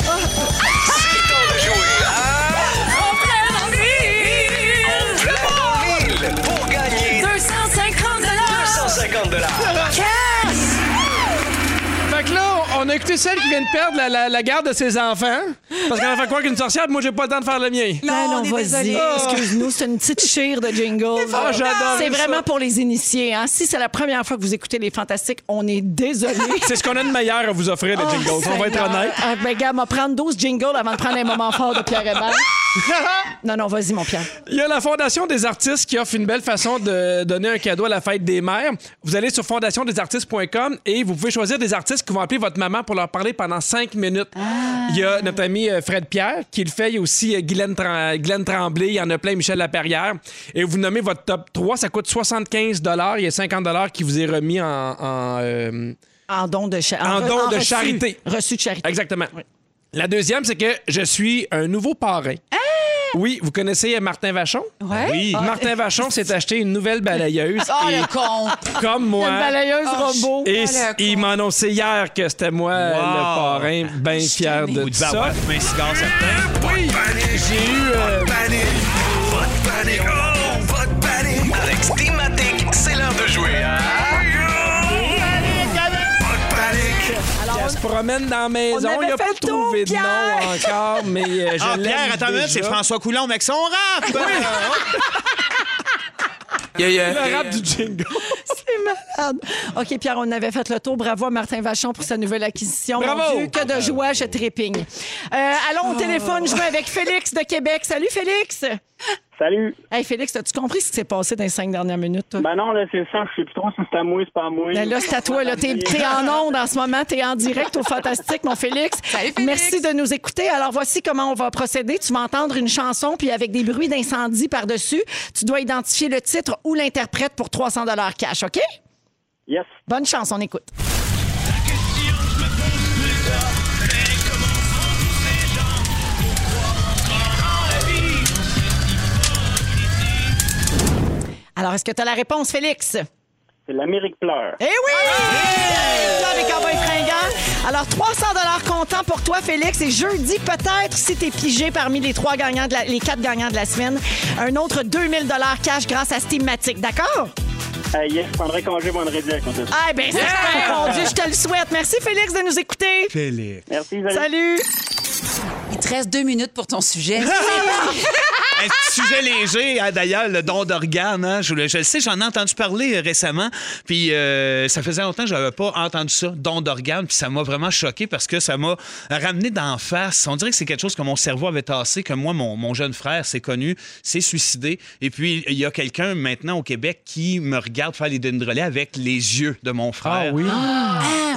I: pour gagner
F: 250
I: 250 dollars.
B: fait que là, on a écouté celle qui vient de perdre la, la- la garde de ses enfants. Parce qu'elle a fait croire qu'une sorcière, puis moi, j'ai pas le temps de faire le mien.
A: Ben Non,
C: on
A: non,
C: est
A: vas-y.
C: désolé.
A: Excuse-nous, c'est une petite chire de jingle.
B: Ah, j'adore
A: C'est
B: ça.
A: vraiment pour les initiés. hein. Si c'est la première fois que vous écoutez Les Fantastiques, on est désolé.
B: C'est ce qu'on a de meilleur à vous offrir, les jingles. on va être
A: Seigneur.
B: honnête.
A: Ah, ben, gars, m'a prendre 12 jingles avant de prendre un moment fort de Pierre Hébert. non, non, vas-y, mon Pierre.
B: Il y a la Fondation des artistes qui offre une belle façon de donner un cadeau à la fête des mères. Vous allez sur fondationdesartistes.com et vous pouvez choisir des artistes qui vont appeler votre maman pour leur parler pendant cinq minutes. Il y a notre ami euh, Fred Pierre qui le fait. Il y a aussi euh, Guylaine, Tran- Guylaine Tremblay. Il y en a plein, Michel Laperrière. Et vous nommez votre top 3. Ça coûte 75 Il y a 50 qui vous est remis en... en, euh,
A: En don de, cha-
B: En
A: re-
B: don de
A: reçu.
B: charité.
A: Reçu de charité.
B: Exactement. La deuxième, c'est que je suis un nouveau parrain.
A: Hein?
B: Oui, vous connaissez euh, Martin Vachon?
D: Oui.
A: Ah.
B: Martin Vachon s'est acheté une nouvelle balayeuse.
C: Oh,
B: et
C: le con!
B: comme
A: Une
B: moi.
A: balayeuse Ah, robot.
B: Et
C: Oh, le
B: il m'a annoncé hier que c'était moi le parrain,
D: Ah,
B: bien fier de
D: Vous ah
B: tout
D: devez
B: ça.
D: avoir fumé un cigare certain.
I: Oui,
B: J'ai eu, euh,
I: panique. Pas de panique, oh, pas de panique. Avec Steamatic, c'est l'heure de jouer. à- Pas de panique.
B: Elle se promène dans la maison.
A: avait
B: Il
A: fait
B: n'a pas
A: le tour,
B: trouvé de
A: Pierre.
B: nom encore, mais euh, je
D: Ah,
B: l'aime
D: Pierre, attends une minute, c'est
B: déjà.
D: François Coulon avec son rap.
E: Il y a- il y a-
B: Le rap du jingle.
A: C'est malade. OK, Pierre, on avait fait le tour. Bravo à Martin Vachon pour sa nouvelle acquisition.
B: Bravo.
A: Mon Dieu, que de joie, je trépigne. Euh, allons au téléphone, je vais avec Félix de Québec. Salut, Félix.
J: Salut.
A: Hey, Félix, as-tu compris ce qui s'est passé dans les cinq dernières minutes, toi?
J: Ben non, là, c'est ça. Je sais plus trop si c'est à moi, c'est pas à moi.
A: Ben là, c'est à toi. là. T'es t'es en onde en ce moment. T'es en direct au Fantastique, mon Félix.
C: Salut, Félix.
A: Merci de nous écouter. Alors, voici comment on va procéder. Tu vas entendre une chanson, puis avec des bruits d'incendie par-dessus, tu dois identifier le titre ou l'interprète pour 300 cash, OK?
J: Yes.
A: Bonne chance, on écoute. Alors, est-ce que tu as la réponse, Félix?
J: C'est l'Amérique pleure.
A: Eh oui! Là, les Cowboys fringants. Alors, 300 comptant pour toi, Félix. Et jeudi, peut-être, si t'es pigé parmi les trois gagnants, de la- les quatre gagnants de la semaine, un autre 2000 cash grâce à Steamatic. D'accord? Eh.
J: Euh, yes, je prendrai congé vendredi à compter de ça.
A: Ah, ben, c'est super, mon Dieu, je te le souhaite. Merci, Félix, de nous écouter.
D: Félix.
J: Merci, salut.
A: Salut!
C: Il te reste deux minutes pour ton sujet.
D: Un petit sujet léger, hein, d'ailleurs, le don d'organes. hein. je, le- je le sais, j'en ai entendu parler euh, récemment. Puis euh, ça faisait longtemps que je n'avais pas entendu ça, don d'organes. Puis ça m'a vraiment choqué parce que ça m'a ramené d'en face. On dirait que c'est quelque chose que mon cerveau avait tassé, que moi, mon, mon jeune frère s'est connu, s'est suicidé. Et puis, il y a quelqu'un maintenant au Québec qui me regarde faire les dîners de relais avec les yeux de mon frère. Ah oui.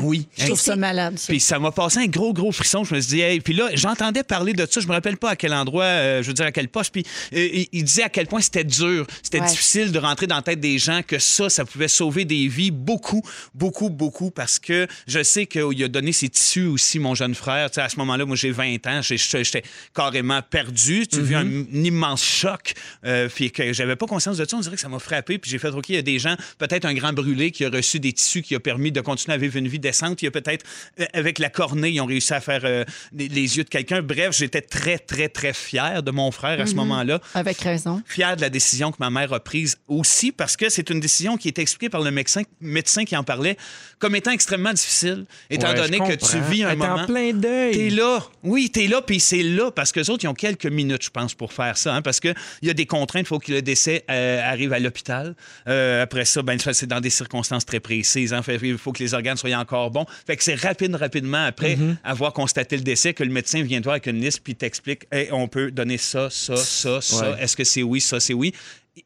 D: Oui.
A: Ah Je trouve ça malade. ça.
D: Puis ça m'a passé un gros, gros frisson. Je me suis dit, hey, puis là, j'entendais parler de ça. Je me rappelle pas à quel endroit, euh, je veux dire, à quel poste. Puis euh, il, il disait à quel point c'était dur, c'était
C: Ouais.
D: difficile de rentrer dans la tête des gens, que ça, ça pouvait sauver des vies beaucoup, beaucoup, beaucoup, parce que je sais qu'il a donné ses tissus aussi, mon jeune frère. Tu sais, à ce moment-là, moi, j'ai 20 ans, j'ai- j'étais j'étais carrément perdu. Tu vis
B: Mhm.
D: un, immense choc, euh, puis que j'avais pas conscience de ça. On dirait que ça m'a frappé, puis j'ai fait, OK, il y a des gens, peut-être un grand brûlé qui a reçu des tissus qui a permis de continuer à vivre une vie décente. Il y a peut-être, euh, avec la cornée, ils ont réussi à faire euh, les, les yeux de quelqu'un. Bref, j'étais très, très, très fier de mon frère
B: Mhm.
D: à ce moment-là
C: Avec raison.
D: fier de la décision que ma mère a prise aussi parce que c'est une décision qui est expliquée par le médecin, médecin qui en parlait comme étant extrêmement difficile, étant
B: Ouais, je
D: donné que tu
B: comprends.
D: vis un
B: Elle est en
D: moment.
B: plein deuil.
D: T'es là. Oui, t'es là, puis c'est là parce que les autres, ils ont quelques minutes, je pense, pour faire ça. hein, parce qu'il y a des contraintes. Il faut que le décès euh, arrive à l'hôpital. Euh, après ça, ben, ça, c'est dans des circonstances très précises. hein. Fait- il faut que les organes soient encore bons. Fait que c'est rapide, rapidement après avoir constaté le décès que le médecin vient te voir avec une liste puis t'explique Hey, on peut donner ça, ça, ça, ça.
B: Ouais.
D: Est-ce que c'est oui, ça, c'est oui?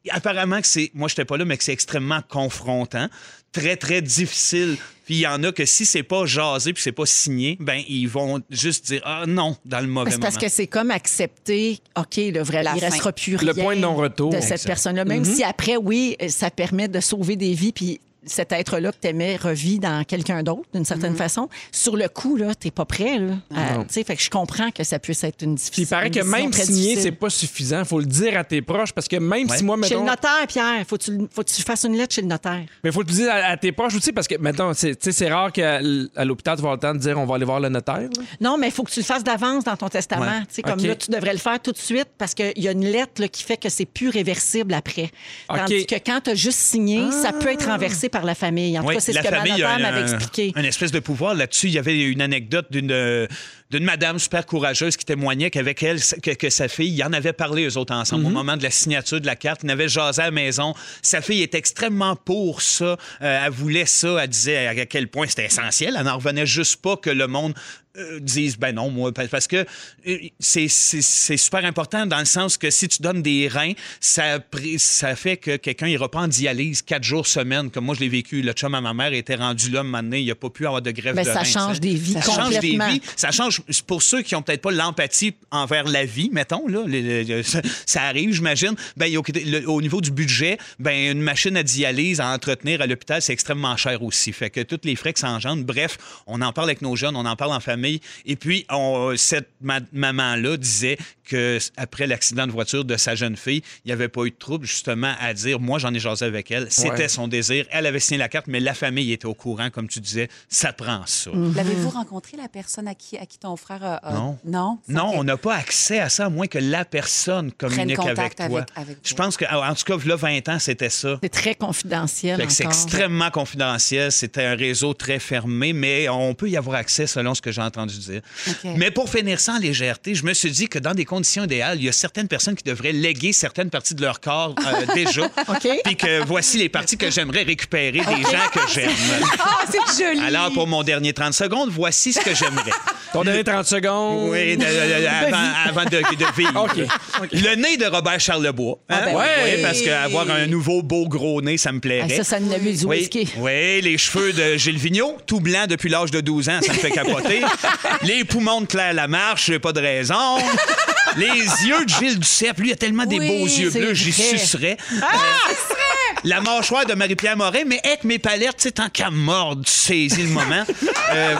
D: Apparemment que c'est, moi j'étais pas là, mais que c'est extrêmement confrontant, très très difficile. Puis il y en a que si c'est pas jasé puis c'est pas signé, ben ils vont juste dire ah non dans le mauvais
A: C'est parce que
D: moment.
A: c'est comme accepter, OK, le vrai,
C: La
A: il ne
C: fin.
A: restera plus rien
B: Le point de non-retour. Mm-hmm.
A: de cette
D: Exact.
A: personne-là. Même si après, oui, ça permet de sauver des vies, puis cet être-là que t'aimais revit dans quelqu'un d'autre, d'une certaine façon. Sur le coup, là, t'es pas prêt, là. à- tu sais, fait que je comprends que ça puisse être une
B: Ah Puis
A: difficile.
B: il paraît que
A: une décision
B: même
A: très
B: signer,
A: difficile.
B: c'est pas suffisant. Faut le dire à tes proches parce que même
D: Ouais.
B: si moi,
A: Chez le
B: mettons.
A: notaire, Pierre, faut que tu, faut que tu fasses une lettre chez le notaire.
B: Mais faut le dire à, à tes proches aussi parce que, mettons, c'est tu sais, c'est rare qu'à l- à l'hôpital, tu vas avoir le temps de dire on va aller voir le notaire. là.
A: Non, mais il faut que tu le fasses d'avance dans ton testament.
D: Ouais.
A: Tu sais, Comme
B: OK.
A: là, tu devrais le faire tout de suite parce qu'il y a une lettre là, qui fait que c'est plus réversible après. Tandis
B: OK.
A: que quand tu as juste signé, ça peut être renversé par la famille. En tout
D: Ah. Oui,
A: cas, c'est ce
D: la
A: que ma
D: famille a
A: notaire m'avait
D: un-
A: expliqué.
D: une espèce de pouvoir là-dessus. Il y avait une anecdote d'une euh, d'une madame super courageuse qui témoignait qu'avec elle, que, que sa fille, ils en avaient parlé eux autres ensemble
A: Mm-hmm.
D: au moment de la signature de la carte. Ils en avaient jasé à la maison. Sa fille est extrêmement pour ça. Euh, elle voulait ça. Elle disait à quel point c'était essentiel. Elle n'en revenait juste pas que le monde euh, dise ben non moi pa- parce que euh, c'est c'est- c'est super important dans le sens que si tu donnes des reins ça pré- ça fait que quelqu'un il reprend en dialyse quatre jours semaine comme moi je l'ai vécu le chum à ma mère était rendu là un moment donné, il a pas pu avoir de grève
A: Ben,
D: de
A: ça
D: reins,
A: change
D: tu sais.
A: des vies
D: ça change des
A: complètement.
D: vies ça change pour ceux qui ont peut-être pas l'empathie envers la vie, mettons là, le- le- le- ça, ça arrive, j'imagine. Ben au, le- au niveau du budget, ben une machine à dialyse à entretenir à l'hôpital, c'est extrêmement cher aussi. Fait que tous les frais que ça engendre. Bref, on en parle avec nos jeunes, on en parle en famille. Et puis on- cette ma- maman là disait que s- après l'accident de voiture de sa jeune fille, il n'y avait pas eu de trouble justement à dire. Moi, j'en ai jasé avec elle. C'était
B: Ouais.
D: son désir. Elle avait signé la carte, mais la famille était au courant, comme tu disais. Ça prend ça.
C: L'avez-vous rencontré, la personne à qui, à qui ton frère a. a-
D: Non.
C: Non? C'est
D: Non,
C: ok.
D: on n'a pas accès à ça, à moins que la personne communique avec
C: contact
D: toi.
C: avec- avec
D: Je
C: toi.
D: pense que, en tout cas, là, 20 ans, c'était ça.
A: C'est très confidentiel.
D: Fait que C'est
A: encore.
D: extrêmement confidentiel. C'était un réseau très fermé, mais on peut y avoir accès selon ce que j'ai entendu dire.
C: OK.
D: Mais pour finir ça en légèreté, je me suis dit que dans des conditions idéales, il y a certaines personnes qui devraient léguer certaines parties de leur corps euh, déjà.
A: OK.
D: Puis que voici les parties que j'aimerais récupérer des gens que j'aime.
C: Ah, c'est joli!
D: Alors, pour mon dernier 30 secondes, voici ce que j'aimerais.
B: T'as donné 30 secondes.
D: Oui, de- de- de- avant, avant de, de vivre.
B: OK. Ah,
D: Le nez de Robert Charlebois. hein?
A: ben
B: oui.
D: Oui, parce qu'avoir un nouveau beau gros nez, ça me
A: Ah,
D: plairait.
A: ça, ça nous a vu du
D: oui.
A: whisky.
D: oui, les cheveux de Gilles Vigneault, tout blanc depuis l'âge de 12 ans, ça me fait capoter. les poumons de Claire Lamarche, j'ai pas de raison. les yeux de Gilles Duceppe, lui, il a tellement des
C: Oui,
D: beaux yeux
A: c'est
D: bleus, j'y
A: vrai. Ah,
D: sucerais. Euh, la mâchoire de Marie-Pierre Morin, mais avec mes palettes, tu sais, tant qu'à mordre, tu saisis le moment. Euh,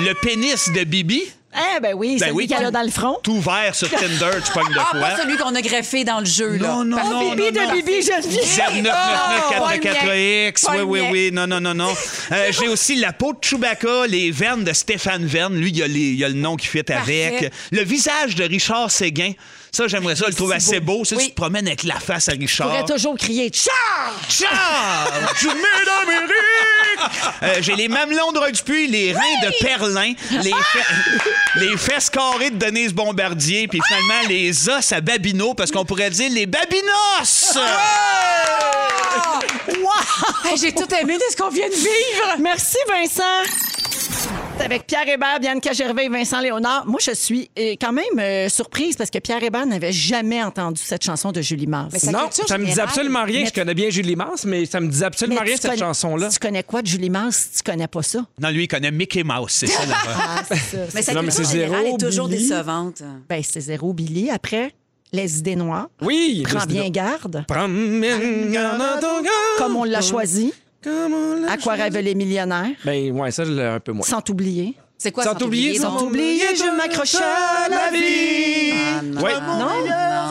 D: le pénis de Bibi.
A: Eh ben oui,
D: Ben
A: c'est
D: oui,
A: lui qui a
D: tu-
A: là dans le front.
D: Tout vert sur Tinder, tu pognes de
C: Ah,
D: quoi?
C: pas celui qu'on a greffé dans le jeu, là.
D: Non, non,
C: Parce-
D: non,
A: Bibi
D: non, non.
A: de Bibi, je
C: pas le mien.
D: 4 x
C: Oh, Pas
D: Oui,
C: le
D: oui,
C: mien.
D: oui. Non, non, non, non. Euh, J'ai aussi la peau de Chewbacca, les veines de Stéphane Verne. Lui, il y a, les- il y a le nom qui fit
C: Parfait.
D: avec. Le visage de Richard Séguin. Ça, j'aimerais ça le trouver assez beau. Ça,
C: Oui.
D: tu te promènes avec la face à
A: On pourrait
D: Richard.
A: toujours crier Charles!
D: Charge, mesdames et messieurs! Euh, J'ai les mamelons de Roy Dupuis, les reins de Perlin, les,
C: Ah!
D: fe- les fesses carrées de Denise Bombardier, puis
C: Ah!
D: finalement les os à Babino, parce qu'on pourrait dire les Babinos!
C: Hey, J'ai tout aimé de ce qu'on vient de vivre!
A: Merci, Vincent. Avec Pierre Hébert, Bianca Gervais et Vincent Léonard. Moi, je suis euh, quand même euh, surprise parce que Pierre Hébert n'avait jamais entendu cette chanson de Julie Mars.
C: Mais sa
B: Non,
C: culture
B: ça me dit
C: générale,
B: absolument rien.
A: mais-
B: Je connais bien Julie Mars, mais ça me dit absolument
A: Mais
B: rien,
A: tu
B: cette
A: connais-
B: chanson-là.
A: Tu connais quoi de Julie Mars si tu connais pas ça?
D: Non, lui, il connaît Mickey Mouse, c'est ça, là
C: Mais sa
B: Non, mais
C: culture
B: c'est zéro,
C: générale est toujours
B: Billy.
C: décevante.
A: Ben, c'est zéro Billy après. Les idées noires.
B: Oui!
A: Prends
B: les-
A: bien garde.
B: Prends bien garde à ton corps.
A: Comme on l'a choisi.
B: Comme on l'a
A: À quoi
B: choisi.
A: rêvent les millionnaires?
B: Ben, ouais, ça, je l'ai un peu moins.
A: Sans oublier.
C: C'est quoi
B: Sans oublier,
C: donc?
B: sans
A: Oublier, je m'accroche à la vie.
B: Ouais.
A: Non?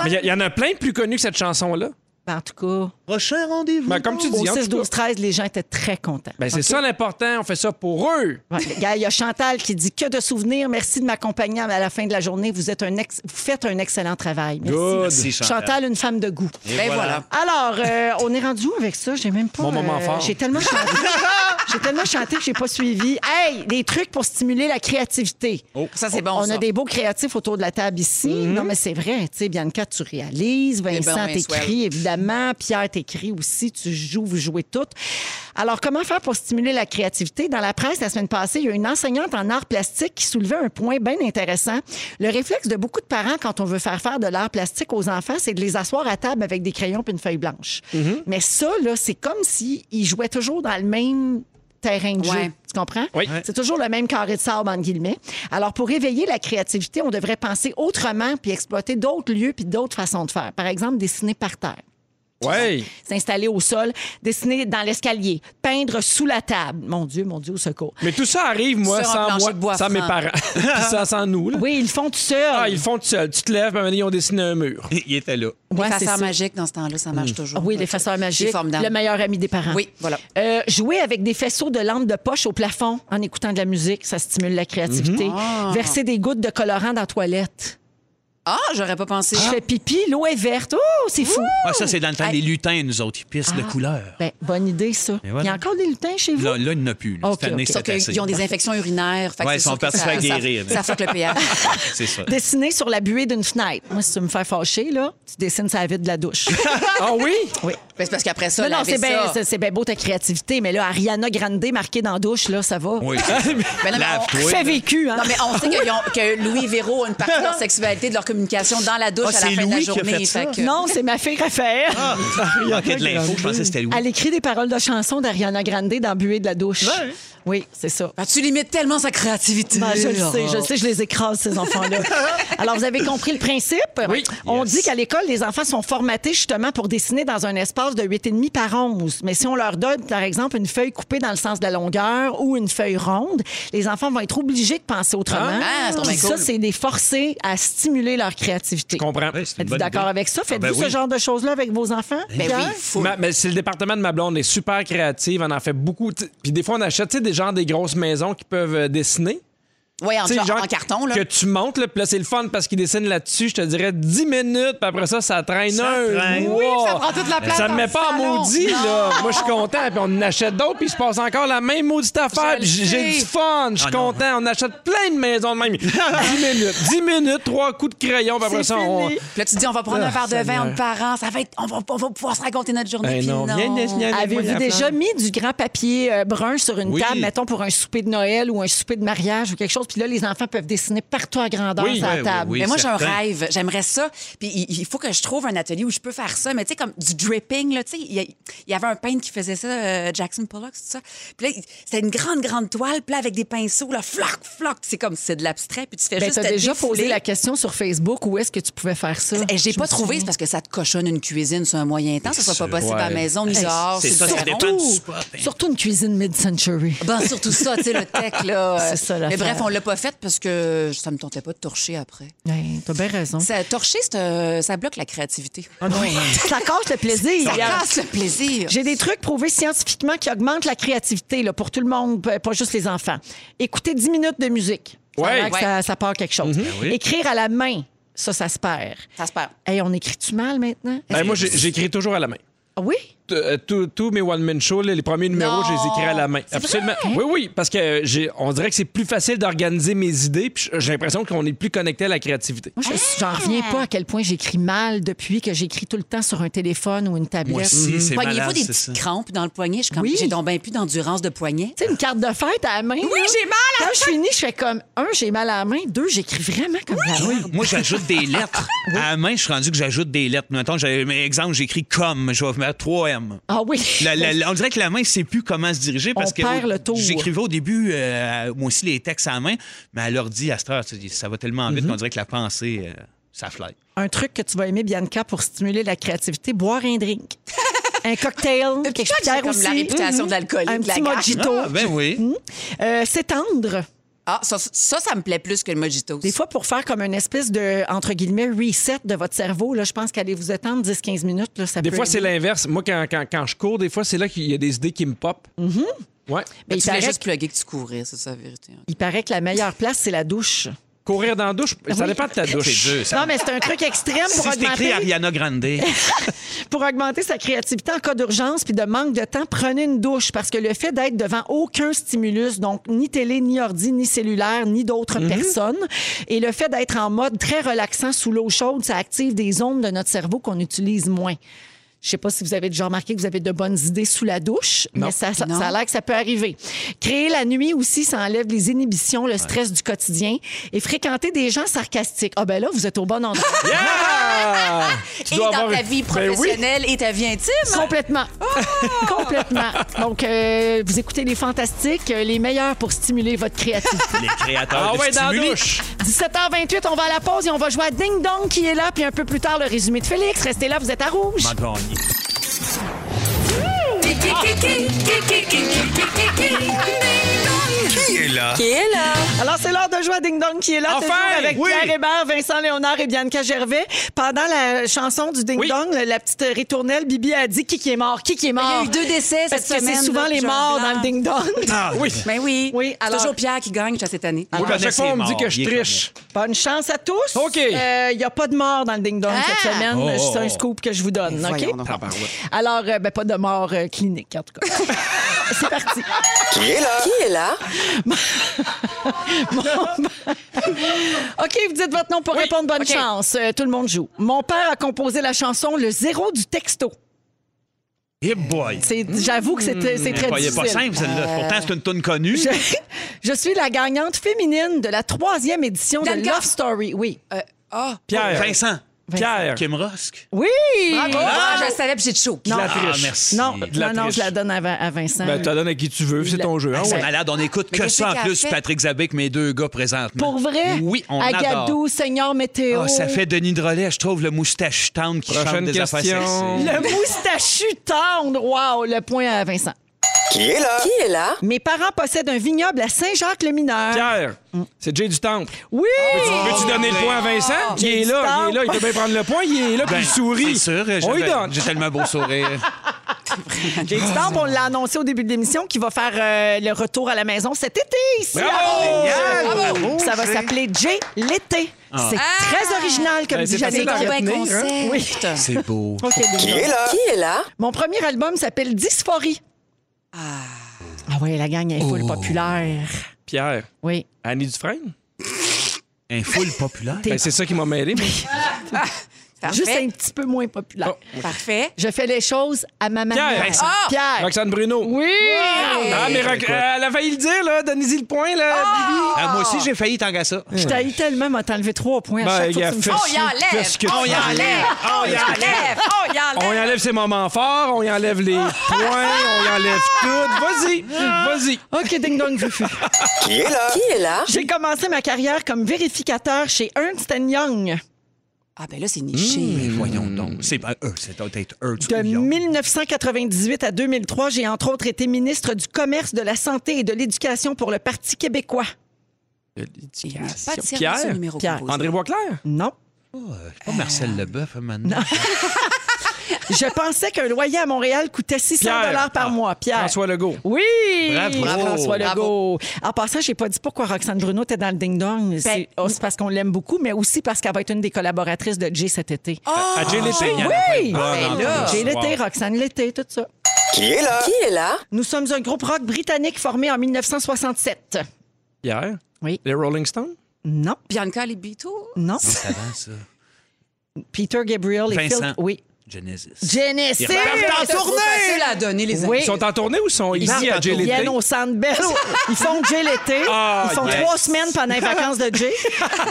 B: Mais il y, en a plein de plus connus que cette chanson-là.
A: Ben, en tout cas,
D: Prochain rendez-vous.
B: Ben, comme tu dis,
A: au
B: en tout
A: 6,
B: cas.
A: 12, 13, les gens étaient très contents.
B: Ben, c'est
A: OK?
B: ça l'important, on fait ça pour eux.
A: Ouais. Gars, Il y a Chantal qui dit que de souvenirs. Merci de m'accompagner à la fin de la journée. Vous, êtes un ex- vous faites un excellent travail. Merci.
D: Merci, Chantal.
A: Chantal, une femme de goût.
C: Ben
D: Et voilà.
A: Alors, euh, on est rendu où avec ça? J'ai même pas. euh,
B: Mon moment fort.
A: J'ai tellement chanté. j'ai tellement chanté que j'ai pas suivi. Hey, des trucs pour stimuler la créativité.
D: Oh.
C: Ça, c'est bon,
A: On
C: ça. Mhm.
A: a des beaux créatifs autour de la table ici. Non, mais c'est vrai. Tu sais, Bianca, tu réalises. Vincent,
C: ben,
A: t'écris, évidemment. Pierre, t'écris aussi. Tu joues, vous jouez toutes. Alors, comment faire pour stimuler la créativité? Dans la presse, la semaine passée, il y a une enseignante en arts plastiques qui soulevait un point bien intéressant. Le réflexe de beaucoup de parents quand on veut faire faire de l'art plastique aux enfants, c'est de les asseoir à table avec des crayons et une feuille blanche.
C: Mhm.
A: Mais ça, là, c'est comme s'ils jouaient toujours dans le même terrain de jeu.
C: Ouais.
A: Tu comprends?
B: Oui.
A: C'est toujours le même carré de sable, entre guillemets. Alors, pour éveiller la créativité, on devrait penser autrement puis exploiter d'autres lieux puis d'autres façons de faire. Par exemple, dessiner par terre
B: Ouais.
A: s'installer au sol, dessiner dans l'escalier, peindre sous la table. Mon Dieu, mon Dieu, au secours.
B: Mais tout ça arrive, moi,
C: Sur un
B: sans
C: plancher
B: moi,
C: de bois
B: sans mes
C: franc.
B: parents. Puis ça, sans nous. là.
A: Oui, ils le font tout seul.
B: Ah, ils le font tout seuls. Tu te lèves, puis à un moment donné, ils ont dessiné un mur.
D: Il était là.
A: Ouais, c'est
C: L'effaceur
A: ça.
C: magique, dans ce temps-là, ça
D: Hmm.
C: marche toujours.
A: Oui, l'effaceur magique,
C: C'est formidable.
A: le meilleur ami des parents.
C: Oui, voilà.
A: Euh, jouer avec des faisceaux de lampes de poche au plafond en écoutant de la musique, ça stimule la créativité.
C: Mm-hmm.
A: Verser des gouttes de colorant dans la toilette.
C: Ah, j'aurais pas pensé.
A: Je fais pipi, l'eau est verte. Oh, c'est fou.
D: Ah, ça, c'est dans le temps des lutins, nous autres. Ils pissent
C: Ah!
D: de couleur.
A: Ben, bonne idée, ça.
D: Et voilà.
A: Il y a encore des lutins chez vous?
D: Là, là, il n'y en a plus. là.
A: Ok,
D: Cette année,
A: ok.
C: Sauf
D: c'est assez.
C: qu'ils ont des infections urinaires. Fait que
D: Ouais,
C: c'est
D: ils
C: sûr
D: sont
C: que
D: partis
C: ça-
D: faire
C: ça-
D: guérir.
C: Ça fuck le pH.
D: C'est ça.
A: Dessiner sur la buée d'une fenêtre. Moi, si tu veux me faire fâcher, là, tu dessines sur la vide de la douche.
D: Oh!
B: Ah oui?
C: Mais c'est parce qu'après ça,
A: non, non,
C: laver
A: c'est bien
C: ça-
A: c'est- c'est bien beau ta créativité, mais là, Ariana Grande marquée dans la douche, là, ça va.
D: Oui. c'est ça.
C: Mais non, mais on-
D: Lave-toi.
A: Fait vécu, hein?
C: Non, mais on sait qu'ils ont- que Louis et Véro a une partie de leur sexualité, de leur communication dans la douche
D: Ah,
C: à la fin
D: c'est
C: de la
D: Louis qui a
C: journée.
D: fait ça?
C: Fait que-
A: Non, c'est ma fille Raphaël.
D: Ah. Il manquait de l'info. Je pensais que c'était Louis.
A: Elle écrit des paroles de chansons d'Ariana Grande dans Buée de la douche. Oui, c'est ça.
C: Ben, tu limites tellement sa créativité.
B: Bah,
A: Ben, je le
C: Laura.
A: sais, je le sais, je les écrase, ces enfants-là. Alors, vous avez compris le principe?
B: Oui.
A: On
D: Yes.
A: dit qu'à l'école, les enfants sont formatés justement pour dessiner dans un espace de 8,5 par 11. Mais si on leur donne, par exemple, une feuille coupée dans le sens de la longueur ou une feuille ronde, les enfants vont être obligés de penser autrement.
C: Ah, c'est donc
A: Puis
C: bien
A: ça,
C: cool.
A: c'est des forcer à stimuler leur créativité.
B: Je comprends.
D: Ouais, c'est une
A: Êtes-vous
D: bonne
A: d'accord
D: idée.
A: avec ça?
D: Ah,
A: Faites-vous
D: ben
A: ce
D: oui.
A: genre de choses-là avec vos enfants?
C: Ben
A: Pierre?
C: oui, fou.
B: Ma- mais c'est le département de ma blonde, est super créative, on en fait beaucoup. tu- Puis des fois, on achète tu sais, des gens des grosses maisons qui peuvent euh, dessiner.
C: Oui, en,
B: Tu sais,
C: genre-
B: genre
C: en carton, là.
B: Que tu montes, là, puis là, c'est le fun parce qu'ils dessinent là-dessus, je te dirais 10 minutes, puis après ça, ça traîne
D: Ça
B: un.
D: traîne.
B: mois.
D: Oui,
C: ça prend toute la place
B: Ça
C: dans
B: me met
C: le
B: pas en
C: salon.
B: maudit,
C: Non.
B: là. Moi, je suis content, puis on en achète d'autres, puis il se passe encore la même maudite affaire,
C: Je
B: puis
C: le
B: j'ai
C: sais.
B: du fun, je suis
D: Ah, non.
B: content. On achète plein de maisons de même. 10 minutes, 10 minutes, trois coups de crayon, puis après
A: C'est
B: ça, on.
A: fini.
C: Puis là, tu te dis, on va prendre
B: Ah,
C: un verre de
B: Seigneur.
C: vin entre parents. Ça va être, on, va, on va pouvoir se raconter notre journée.
B: Ben
C: puis
B: non.
C: non.
B: Viens, viens, viens.
A: Avez-vous
B: Moi,
A: déjà
B: Flamme.
A: mis du grand papier euh, brun sur une
D: Oui.
A: table, mettons pour un souper de Noël ou un souper de mariage ou quelque chose, puis là, les enfants peuvent dessiner partout à grandeur
D: Oui,
A: sur la
D: oui,
A: table.
D: oui,
C: Mais moi, j'ai un
D: certain.
C: rêve. J'aimerais ça. Puis il il faut que je trouve un atelier où je peux faire ça. Mais tu sais, comme du dripping, là, tu sais, il y, a- il y avait un peintre qui faisait ça, euh, Jackson Pollock, c'est ça. Puis là, il- c'était une grande, grande toile, puis là, avec des pinceaux, là, floc, floc. C'est comme, c'est de l'abstrait, puis tu fais
A: Ben,
C: juste
A: t'as
C: te
A: déjà
C: défouler.
A: posé la question sur Facebook où est-ce que tu pouvais faire ça?
C: Eh, J'ai
A: Je
C: pas
A: me
C: trouvé, c'est
A: souviens.
C: parce que ça te cochonne une cuisine sur un moyen temps. Ça sera pas possible à la
B: ouais.
C: maison, ni
A: Eh,
C: dehors.
D: c'est ça,
C: le
D: ça
C: salon.
D: dépend du spot. hein.
A: Surtout une cuisine mid-century.
C: Ben, surtout ça, tu sais, le tech, là. euh.
A: C'est ça,
C: Mais
A: l'affaire.
C: bref, on l'a pas fait parce que ça me tentait pas de torcher après.
A: Ouais, Ben, t'as bien raison. Ah
C: Ça, torcher, c'est, euh, ça bloque la créativité.
A: Ça cache le plaisir.
C: Ça casse le plaisir.
A: J'ai des trucs prouvés scientifiquement qui augmentent la créativité là, pour tout le monde, p- pas juste les enfants. Écouter 10 minutes de musique. Ça
B: Ouais.
A: a l'air que
C: Ouais.
A: Ça, ça part quelque chose. Écrire à la main, ça, ça se perd.
C: Ça se perd.
A: Hey, on écrit-tu mal maintenant?
B: Ben, moi, j'ai- j'écris toujours à la main.
A: Ah Oui?
B: t- euh, tous tous mes one-man shows, là, les premiers numéros,
C: Non.
B: je les écris à la main. Absolument. Oui, oui, parce que euh, j'ai, on dirait que c'est plus facile d'organiser mes idées, puis j- j'ai l'impression qu'on est plus connecté à la créativité.
A: Moi,
C: Ah!
A: je- j'en reviens pas à quel point j'écris mal depuis que j'écris tout le temps sur un téléphone ou une
D: Moi
A: tablette.
D: aussi, c'est
C: Poignez-vous
D: malade,
C: des
D: c'est ça.
C: petites crampes dans le poignet. Je suis comme,
A: Oui.
C: j'ai donc bien plus d'endurance de poignet.
A: Tu sais, une carte de fête à la main. Oui,
C: j'ai mal à la
A: Quand je finis, je fais comme un, j'ai mal à la main. Deux, j'écris vraiment comme la merde.
D: Moi, j'ajoute des lettres. À la main, je suis rendu que j'ajoute des lettres. Mettons, j'ai- mais exemple, j'écris comme, je vais mettre 3M.
A: Ah oui.
D: La- la- la- on dirait que la main ne sait plus comment se diriger parce
A: On
D: que
A: perd le tour.
D: j'écrivais au début,
A: Mhm.
D: euh, moi aussi, les textes à la main, mais à l'ordi, à cette heure, tu dis, ça va tellement vite qu'on dirait que la pensée. euh, ça fly.
A: Un truc que tu vas aimer, Bianca, pour stimuler la créativité, boire un drink. Un cocktail, quelque chose
C: j'ai
A: de
C: comme la réputation de l'alcoolique,
A: Mm-hmm. Un
C: de la
A: petit
C: gare.
A: mojito.
D: Ah, ben oui.
A: Mhm. Euh, S'étendre.
C: Ah, ça, ça, ça me plaît plus que le mojito.
A: Des fois, pour faire comme une espèce de, entre guillemets, reset de votre cerveau, là, je pense qu'aller vous étendre 10-15 minutes, là, ça
B: Des
A: peut
B: fois, c'est
A: aider.
B: l'inverse. Moi, quand, quand, quand je cours, des fois, c'est là qu'il y a des idées qui me pop. Ouais.
A: Ben,
C: tu voulais
A: il, paraît
C: juste
A: que,
C: plugger que tu courais, c'est ça la vérité.
A: il paraît que la meilleure place, c'est la douche.
B: Courir dans la douche, ça dépend de ta douche.
D: C'est dur, ça.
A: Non, mais c'est un truc extrême pour,
D: si c'est écrit
A: augmenter,
D: Ariana Grande,
A: pour augmenter sa créativité en cas d'urgence puis de manque de temps. Prenez une douche parce que le fait d'être devant aucun stimulus, donc ni télé, ni ordi, ni cellulaire, ni d'autres personnes, et le fait d'être en mode très relaxant sous l'eau chaude, ça active des zones de notre cerveau qu'on utilise moins. Je sais pas si vous avez déjà remarqué que vous avez de bonnes idées sous la douche, mais ça, ça,
C: Non.
A: ça a l'air que ça peut arriver. Créer la nuit aussi, ça enlève les inhibitions, le stress du quotidien. Et fréquenter des gens sarcastiques. Ah ben là, vous êtes au bon endroit.
B: Yeah! Tu
C: Et
B: dois
C: dans
B: avoir
C: ta
B: une-
C: vie
B: Ben oui.
C: professionnelle et ta vie intime.
A: Complètement. Oh! Complètement. Donc, euh, vous écoutez les fantastiques, euh, les meilleurs pour stimuler votre créativité.
D: les créateurs
B: Ah
D: de
B: ouais, dans la
D: stimuli.
B: douche.
A: 17h28, on va à la pause et on va jouer à Ding Dong qui est là, puis un peu plus tard, le résumé de Félix. Restez là, vous êtes à rouge.
D: M'en gagne.
I: Qui est là?
F: Qui est là?
A: Alors, c'est l'heure de jouer à Ding Dong qui est là.
B: Enfin!
A: toujours avec
B: Oui!
A: Pierre Hébert, Vincent Léonard et Bianca Gervais. Pendant la chanson du Ding
B: Oui.
A: Dong, la petite ritournelle, Bibi a dit qui qui est mort, qui qui est mort.
C: Il y a eu deux décès
A: Parce
C: cette
A: que c'est
C: semaine,
A: souvent
C: là,
A: les
C: Jean
A: morts
C: Blanc.
A: dans le Ding Dong.
B: Ah oui.
C: Mais Ben oui. Ah.
A: Oui,
C: C'est
A: alors-
C: toujours Pierre qui gagne jusqu'à cette année.
B: Moi, à chaque fois, on me dit que je
D: Il est
B: triche.
A: Bonne chance à tous.
B: OK.
A: Il n'y a pas de mort dans le ding-dong
C: Ah!
A: cette semaine.
D: Oh,
A: C'est un
D: oh,
A: scoop que je vous donne. OK?
C: voyons donc.
A: Alors, euh, ben, pas de mort euh, clinique, en tout cas. C'est parti.
F: Qui est là?
A: Bon, ben- OK, vous dites votre nom pour répondre. Bonne chance. Euh, tout le monde joue. Mon père a composé la chanson Le zéro du texto.
D: Hey Eh boy.
A: C'est- J'avoue que c'est c'est très
D: Il est pas
A: difficile.
D: simple, celle-là. Pourtant, c'est une toune connue.
A: Je, je suis la gagnante féminine de la troisième édition de
C: Bianca.
A: Love Story. Oui.
C: Euh, Ah,
B: Pierre.
D: Vincent.
B: Pierre.
D: Kim Rosk.
A: Oui!
C: bravo! Ah, je le savais, puis j'ai de chaud.
A: Non.
B: La
D: Ah,
B: triche.
D: merci.
A: Non,
B: De la
A: non, non,
B: triche.
A: je la donne à, Vin- à Vincent.
B: Ben, tu la donnes à qui tu veux, c'est ton jeu. hein,
D: C'est
B: ouais.
D: malade, on écoute que
C: qu'est-ce
D: ça en
C: qu'elle
D: plus,
C: fait?
D: Patrick Zabek, mes deux gars présentement.
A: Pour vrai?
D: Oui, on adore.
A: Agadou, Seigneur Météo.
D: Ah, ça fait Denis Drolet, je trouve, le moustache tendre qui chante
B: Prochaine
D: des affaires
B: question.
D: sexy.
A: Le moustachu tendre. Wow, le point à Vincent.
I: Qui est là?
F: Qui est là?
A: Mes parents possèdent un vignoble à Saint-Jacques-le-Mineur.
B: Pierre,
A: Mm.
B: c'est Jay du Temple.
A: Oui!
B: Veux-tu donner le point à Vincent? Il
A: Oh, Jay
B: est là, il
A: Dutemple.
B: est là, il peut bien prendre le point, il est là, puis
D: Ben,
B: il sourit.
D: C'est sûr,
B: On lui
D: j'avais-
B: donne.
D: j'ai tellement beau sourire.
A: Jay Du Temple, on l'a annoncé au début de l'émission, qui va faire euh, le retour à la maison cet été ici.
B: Bravo!
A: à Rouge.
D: Bravo!
A: Puis Ça va s'appeler Jay l'été. C'est
F: Ah!
A: très original comme
B: Ben,
A: dit
B: c'est facile
A: Janine.
B: à
C: Trop bien
B: retenir, hein.
C: concept.
A: Oui.
D: C'est beau.
A: OK,
I: Qui
A: bingo.
I: est là?
F: Qui est là?
A: Mon premier album s'appelle Dysphorie. Ah. Ah oui, la gang est full populaire.
B: Pierre,
A: Oui.
B: Annie Dufresne?
D: Un full populaire.
B: Ben, c'est ça qui m'a mêlé. mais-
A: Juste
C: Parfait.
A: un petit peu moins populaire.
C: Parfait.
A: Je fais les choses à ma manière.
B: Vincent.
A: Ah! Oh. Pierre.
B: Roxane Bruno.
A: Oui.
B: Ah, mais
D: Ben,
B: Rox- euh, elle a failli le dire, là. Donnez-y le point, là.
D: Ah, moi aussi, j'ai failli t'en ça.
A: Je t'haïs tellement, m'a t'enlevé trois points à
B: Ben,
A: chaque fois
B: gars,
A: que tu me
B: fais-
A: fais-
C: On y enlève.
B: Fais ce que tu
C: On y
B: veux.
C: enlève.
D: Ah,
C: On y enlève. On y
B: On y
C: enlève.
B: enlève ses moments forts, on y enlève les points, on y enlève tout. Vas-y, vas-y.
A: OK, ding dong, fufu.
I: Qui est là?
F: Qui est là?
A: J'ai commencé ma carrière comme vérificateur chez Ernst Young
C: Ah, ben là, c'est niché.
D: Mais voyons donc. C'est pas eux, c'est peut-être eux. tu
A: de
D: million.
A: 1998 à 2003. J'ai entre autres été ministre du Commerce, de la Santé et de l'Éducation pour le Parti québécois.
C: Il n'y a pas de service au
B: Pierre,
C: numéro
A: Pierre.
C: composé.
B: André Boisclair.
A: Non.
D: Ah, Pas Marcel Leboeuf, hein, maintenant.
A: Je pensais qu'un loyer à Montréal coûtait 600
B: Pierre.
A: dollars par mois. Pierre.
B: François Legault.
A: Oui!
D: Ah. Bravo.
A: François
C: Bravo.
A: Legault. En passant, j'ai pas dit pourquoi Roxane Bruno était dans le
D: Ben,
A: ding-dong. c'est oh, c'est parce qu'on l'aime beaucoup, mais aussi parce qu'elle va être une des collaboratrices de Jay cet été.
B: À Jay Lethé.
A: oui!
D: Ah, ben là.
A: Jay l'été,
D: Wow.
A: Roxane l'été, tout ça.
I: Qui est là?
F: Qui est là?
A: Nous sommes un groupe rock britannique formé en 1967.
B: Pierre.
A: Oui.
B: Les Rolling Stones.
A: Non,
C: Bianca les Beatles.
A: non.
D: C'est avant, ça.
A: Peter Gabriel et
D: Vincent.
A: Phil. Oui.
D: Genesis.
A: Genesis!
D: Ils repartent en
A: C'était
D: tournée!
A: trop facile
C: à donner, les
A: Oui.
B: Ils sont en tournée ou ils sont ici
A: partent
B: à
A: en tournée. Ils
B: JLT?
A: viennent au Sandbell. Ils font Jay l'été.
B: Ah,
A: ils font
B: yes.
A: trois semaines pendant les vacances de Jay.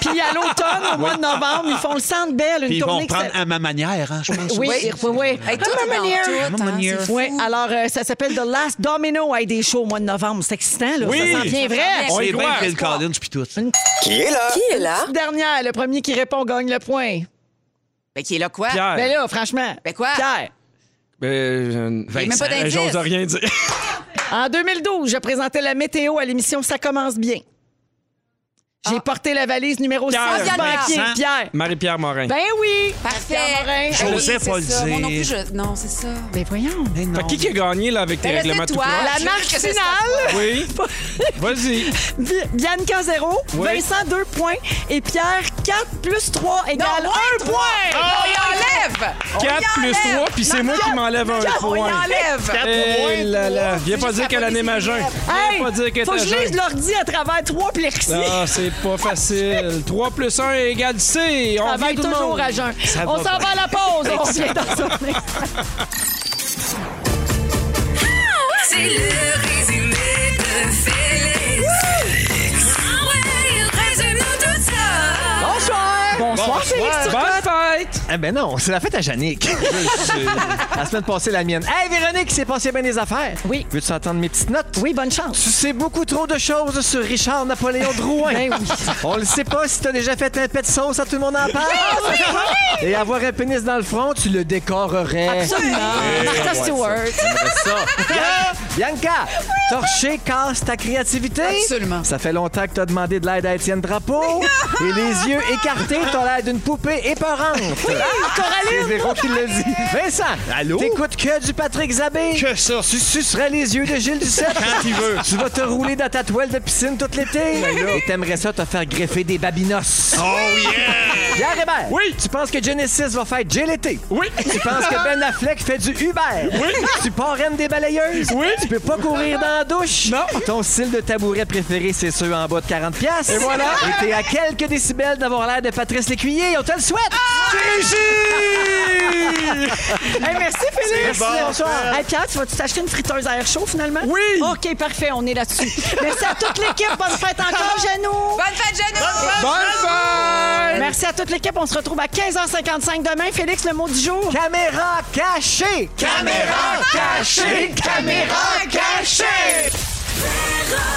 A: Puis à l'automne, au mois de novembre, ils font le Sandbell, une
D: Puis ils vont
A: tournée qui
D: prendre à ma manière, hein, je pense.
A: Oui,
C: Oui.
A: oui, oui.
C: Hey, tout
A: Ah,
C: est dans
A: manière.
C: tout, hein,
D: Manière.
C: c'est fou.
A: Oui, alors euh, ça s'appelle The Last Domino à des shows au mois de novembre. C'est excitant, là.
B: Oui.
A: Ça s'en vient vrai.
B: On y
D: C'est bien
B: doit.
D: Phil Collins puis tout.
F: Qui est là?
A: Qui est là? Dernière, le premier qui répond gagne le point.
C: Ben, qui est là quoi?
B: Pierre.
A: Ben là, franchement.
C: Ben quoi?
A: Pierre.
B: Euh, je-
C: Il y a même pas
B: Vincent,
C: d'indice.
B: J'ose rien dire.
A: En 2012, je présentais la météo à l'émission Ça commence bien. J'ai
C: Ah.
A: porté la valise numéro 6
B: Pierre.
A: du banquier.
D: Vincent.
A: Pierre.
B: Marie-Pierre Morin.
A: Ben oui. Pierre Morin.
C: Parfait. Ah
A: Hey,
D: Joseph
C: Oui, c'est ça.
D: Olzé.
C: Moi non plus, je- Non, c'est ça.
A: Ben voyons.
D: Mais non.
B: Fait qui qui a gagné là, avec tes
C: Ben,
B: règlements
C: c'est toi.
B: tout
A: La
C: je
A: marche
C: veux que ce soit
A: finale,
B: Oui. Vas-y.
A: Vi- Bianca 0,
B: Oui.
A: Vincent 2 points et Pierre 4 plus 3 égale 1 point.
C: On y enlève!
B: 4 plus 3, puis c'est moi qui m'enlève un
A: on y
B: point.
A: enlève.
B: Eh là là. Viens pas
C: juste
B: dire qu'elle
C: la
B: en
C: police
B: est ma jungle.
A: Hey,
B: Viens pas dire qu'elle
A: faut que
B: est
A: je lise
B: jeune.
A: l'ordi à travers 3 plexis.
B: Ah, c'est pas facile. 3 plus 1 égale C. On
A: Ça va
B: vient
A: être
B: tout le
A: toujours
B: monde.
A: à jeun. On s'en va à la pause. On revient dans un instant.
I: C'est le résumé de Félix. Ah ouais, il résume tout ça.
A: Bonsoir.
B: Bonsoir,
A: Félix Turcotte.
B: Bonne fête.
K: Eh ben non, c'est la fête à Yannick. la semaine passée, la mienne. Hey Véronique, c'est passé bien des affaires.
A: Oui.
K: Veux-tu entendre mes petites notes?
A: Oui, bonne chance.
K: Tu sais beaucoup trop de choses sur Richard Napoléon Drouin.
A: Ben oui.
K: On le sait pas si t'as déjà fait un pet de sauce à tout le monde en parle. Et avoir un pénis dans le front, tu le décorerais.
A: Absolument. Martha Stewart.
K: J'aimerais ça. Bien- Bianca, torcher casse ta créativité.
C: Absolument.
K: Ça fait longtemps que t'as demandé de l'aide à Étienne Drapeau. Et les yeux écartés, t'as l'air d'une poupée épeurante. C'est Véro qui le dit. Vincent,
D: Allô?
K: t'écoutes que du Patrick Zabé.
D: Que ça.
K: Tu sucerais les yeux de Gilles Duceppe.
D: Quand il veut.
K: Tu vas te rouler dans ta toile de piscine tout l'été. Ben Et t'aimerais ça te faire greffer des babinos.
D: Oh yeah!
K: Pierre Hébert.
B: Oui.
K: Tu penses que Genesis va faire Jay l'été.
B: Oui.
K: Tu penses que Ben Affleck fait du Uber. Oui. Tu parraines des balayeuses.
B: Oui.
K: Tu peux pas courir dans la douche.
B: Non.
K: Ton style de tabouret préféré, c'est ceux en bas de 40 pièces. Et
B: voilà.
K: Et t'es à quelques décibels d'avoir l'air de Patrice Lécuyer. On te le souhaite.
A: Hey, merci, Félix.
D: bon,
A: Bonsoir. Hey, Pierre, tu vas-tu t'acheter une friteuse à air chaud, finalement?
B: Oui.
A: OK, parfait. On est là-dessus. merci à toute l'équipe. Bonne fête encore, Jeannot.
C: Bonne fête, Jeannot!
B: Bonne fête.
A: Merci à toute l'équipe. On se retrouve à 15h55 demain. Félix, le mot du jour.
K: Caméra cachée. Caméra cachée. Caméra cachée.
I: Véronique.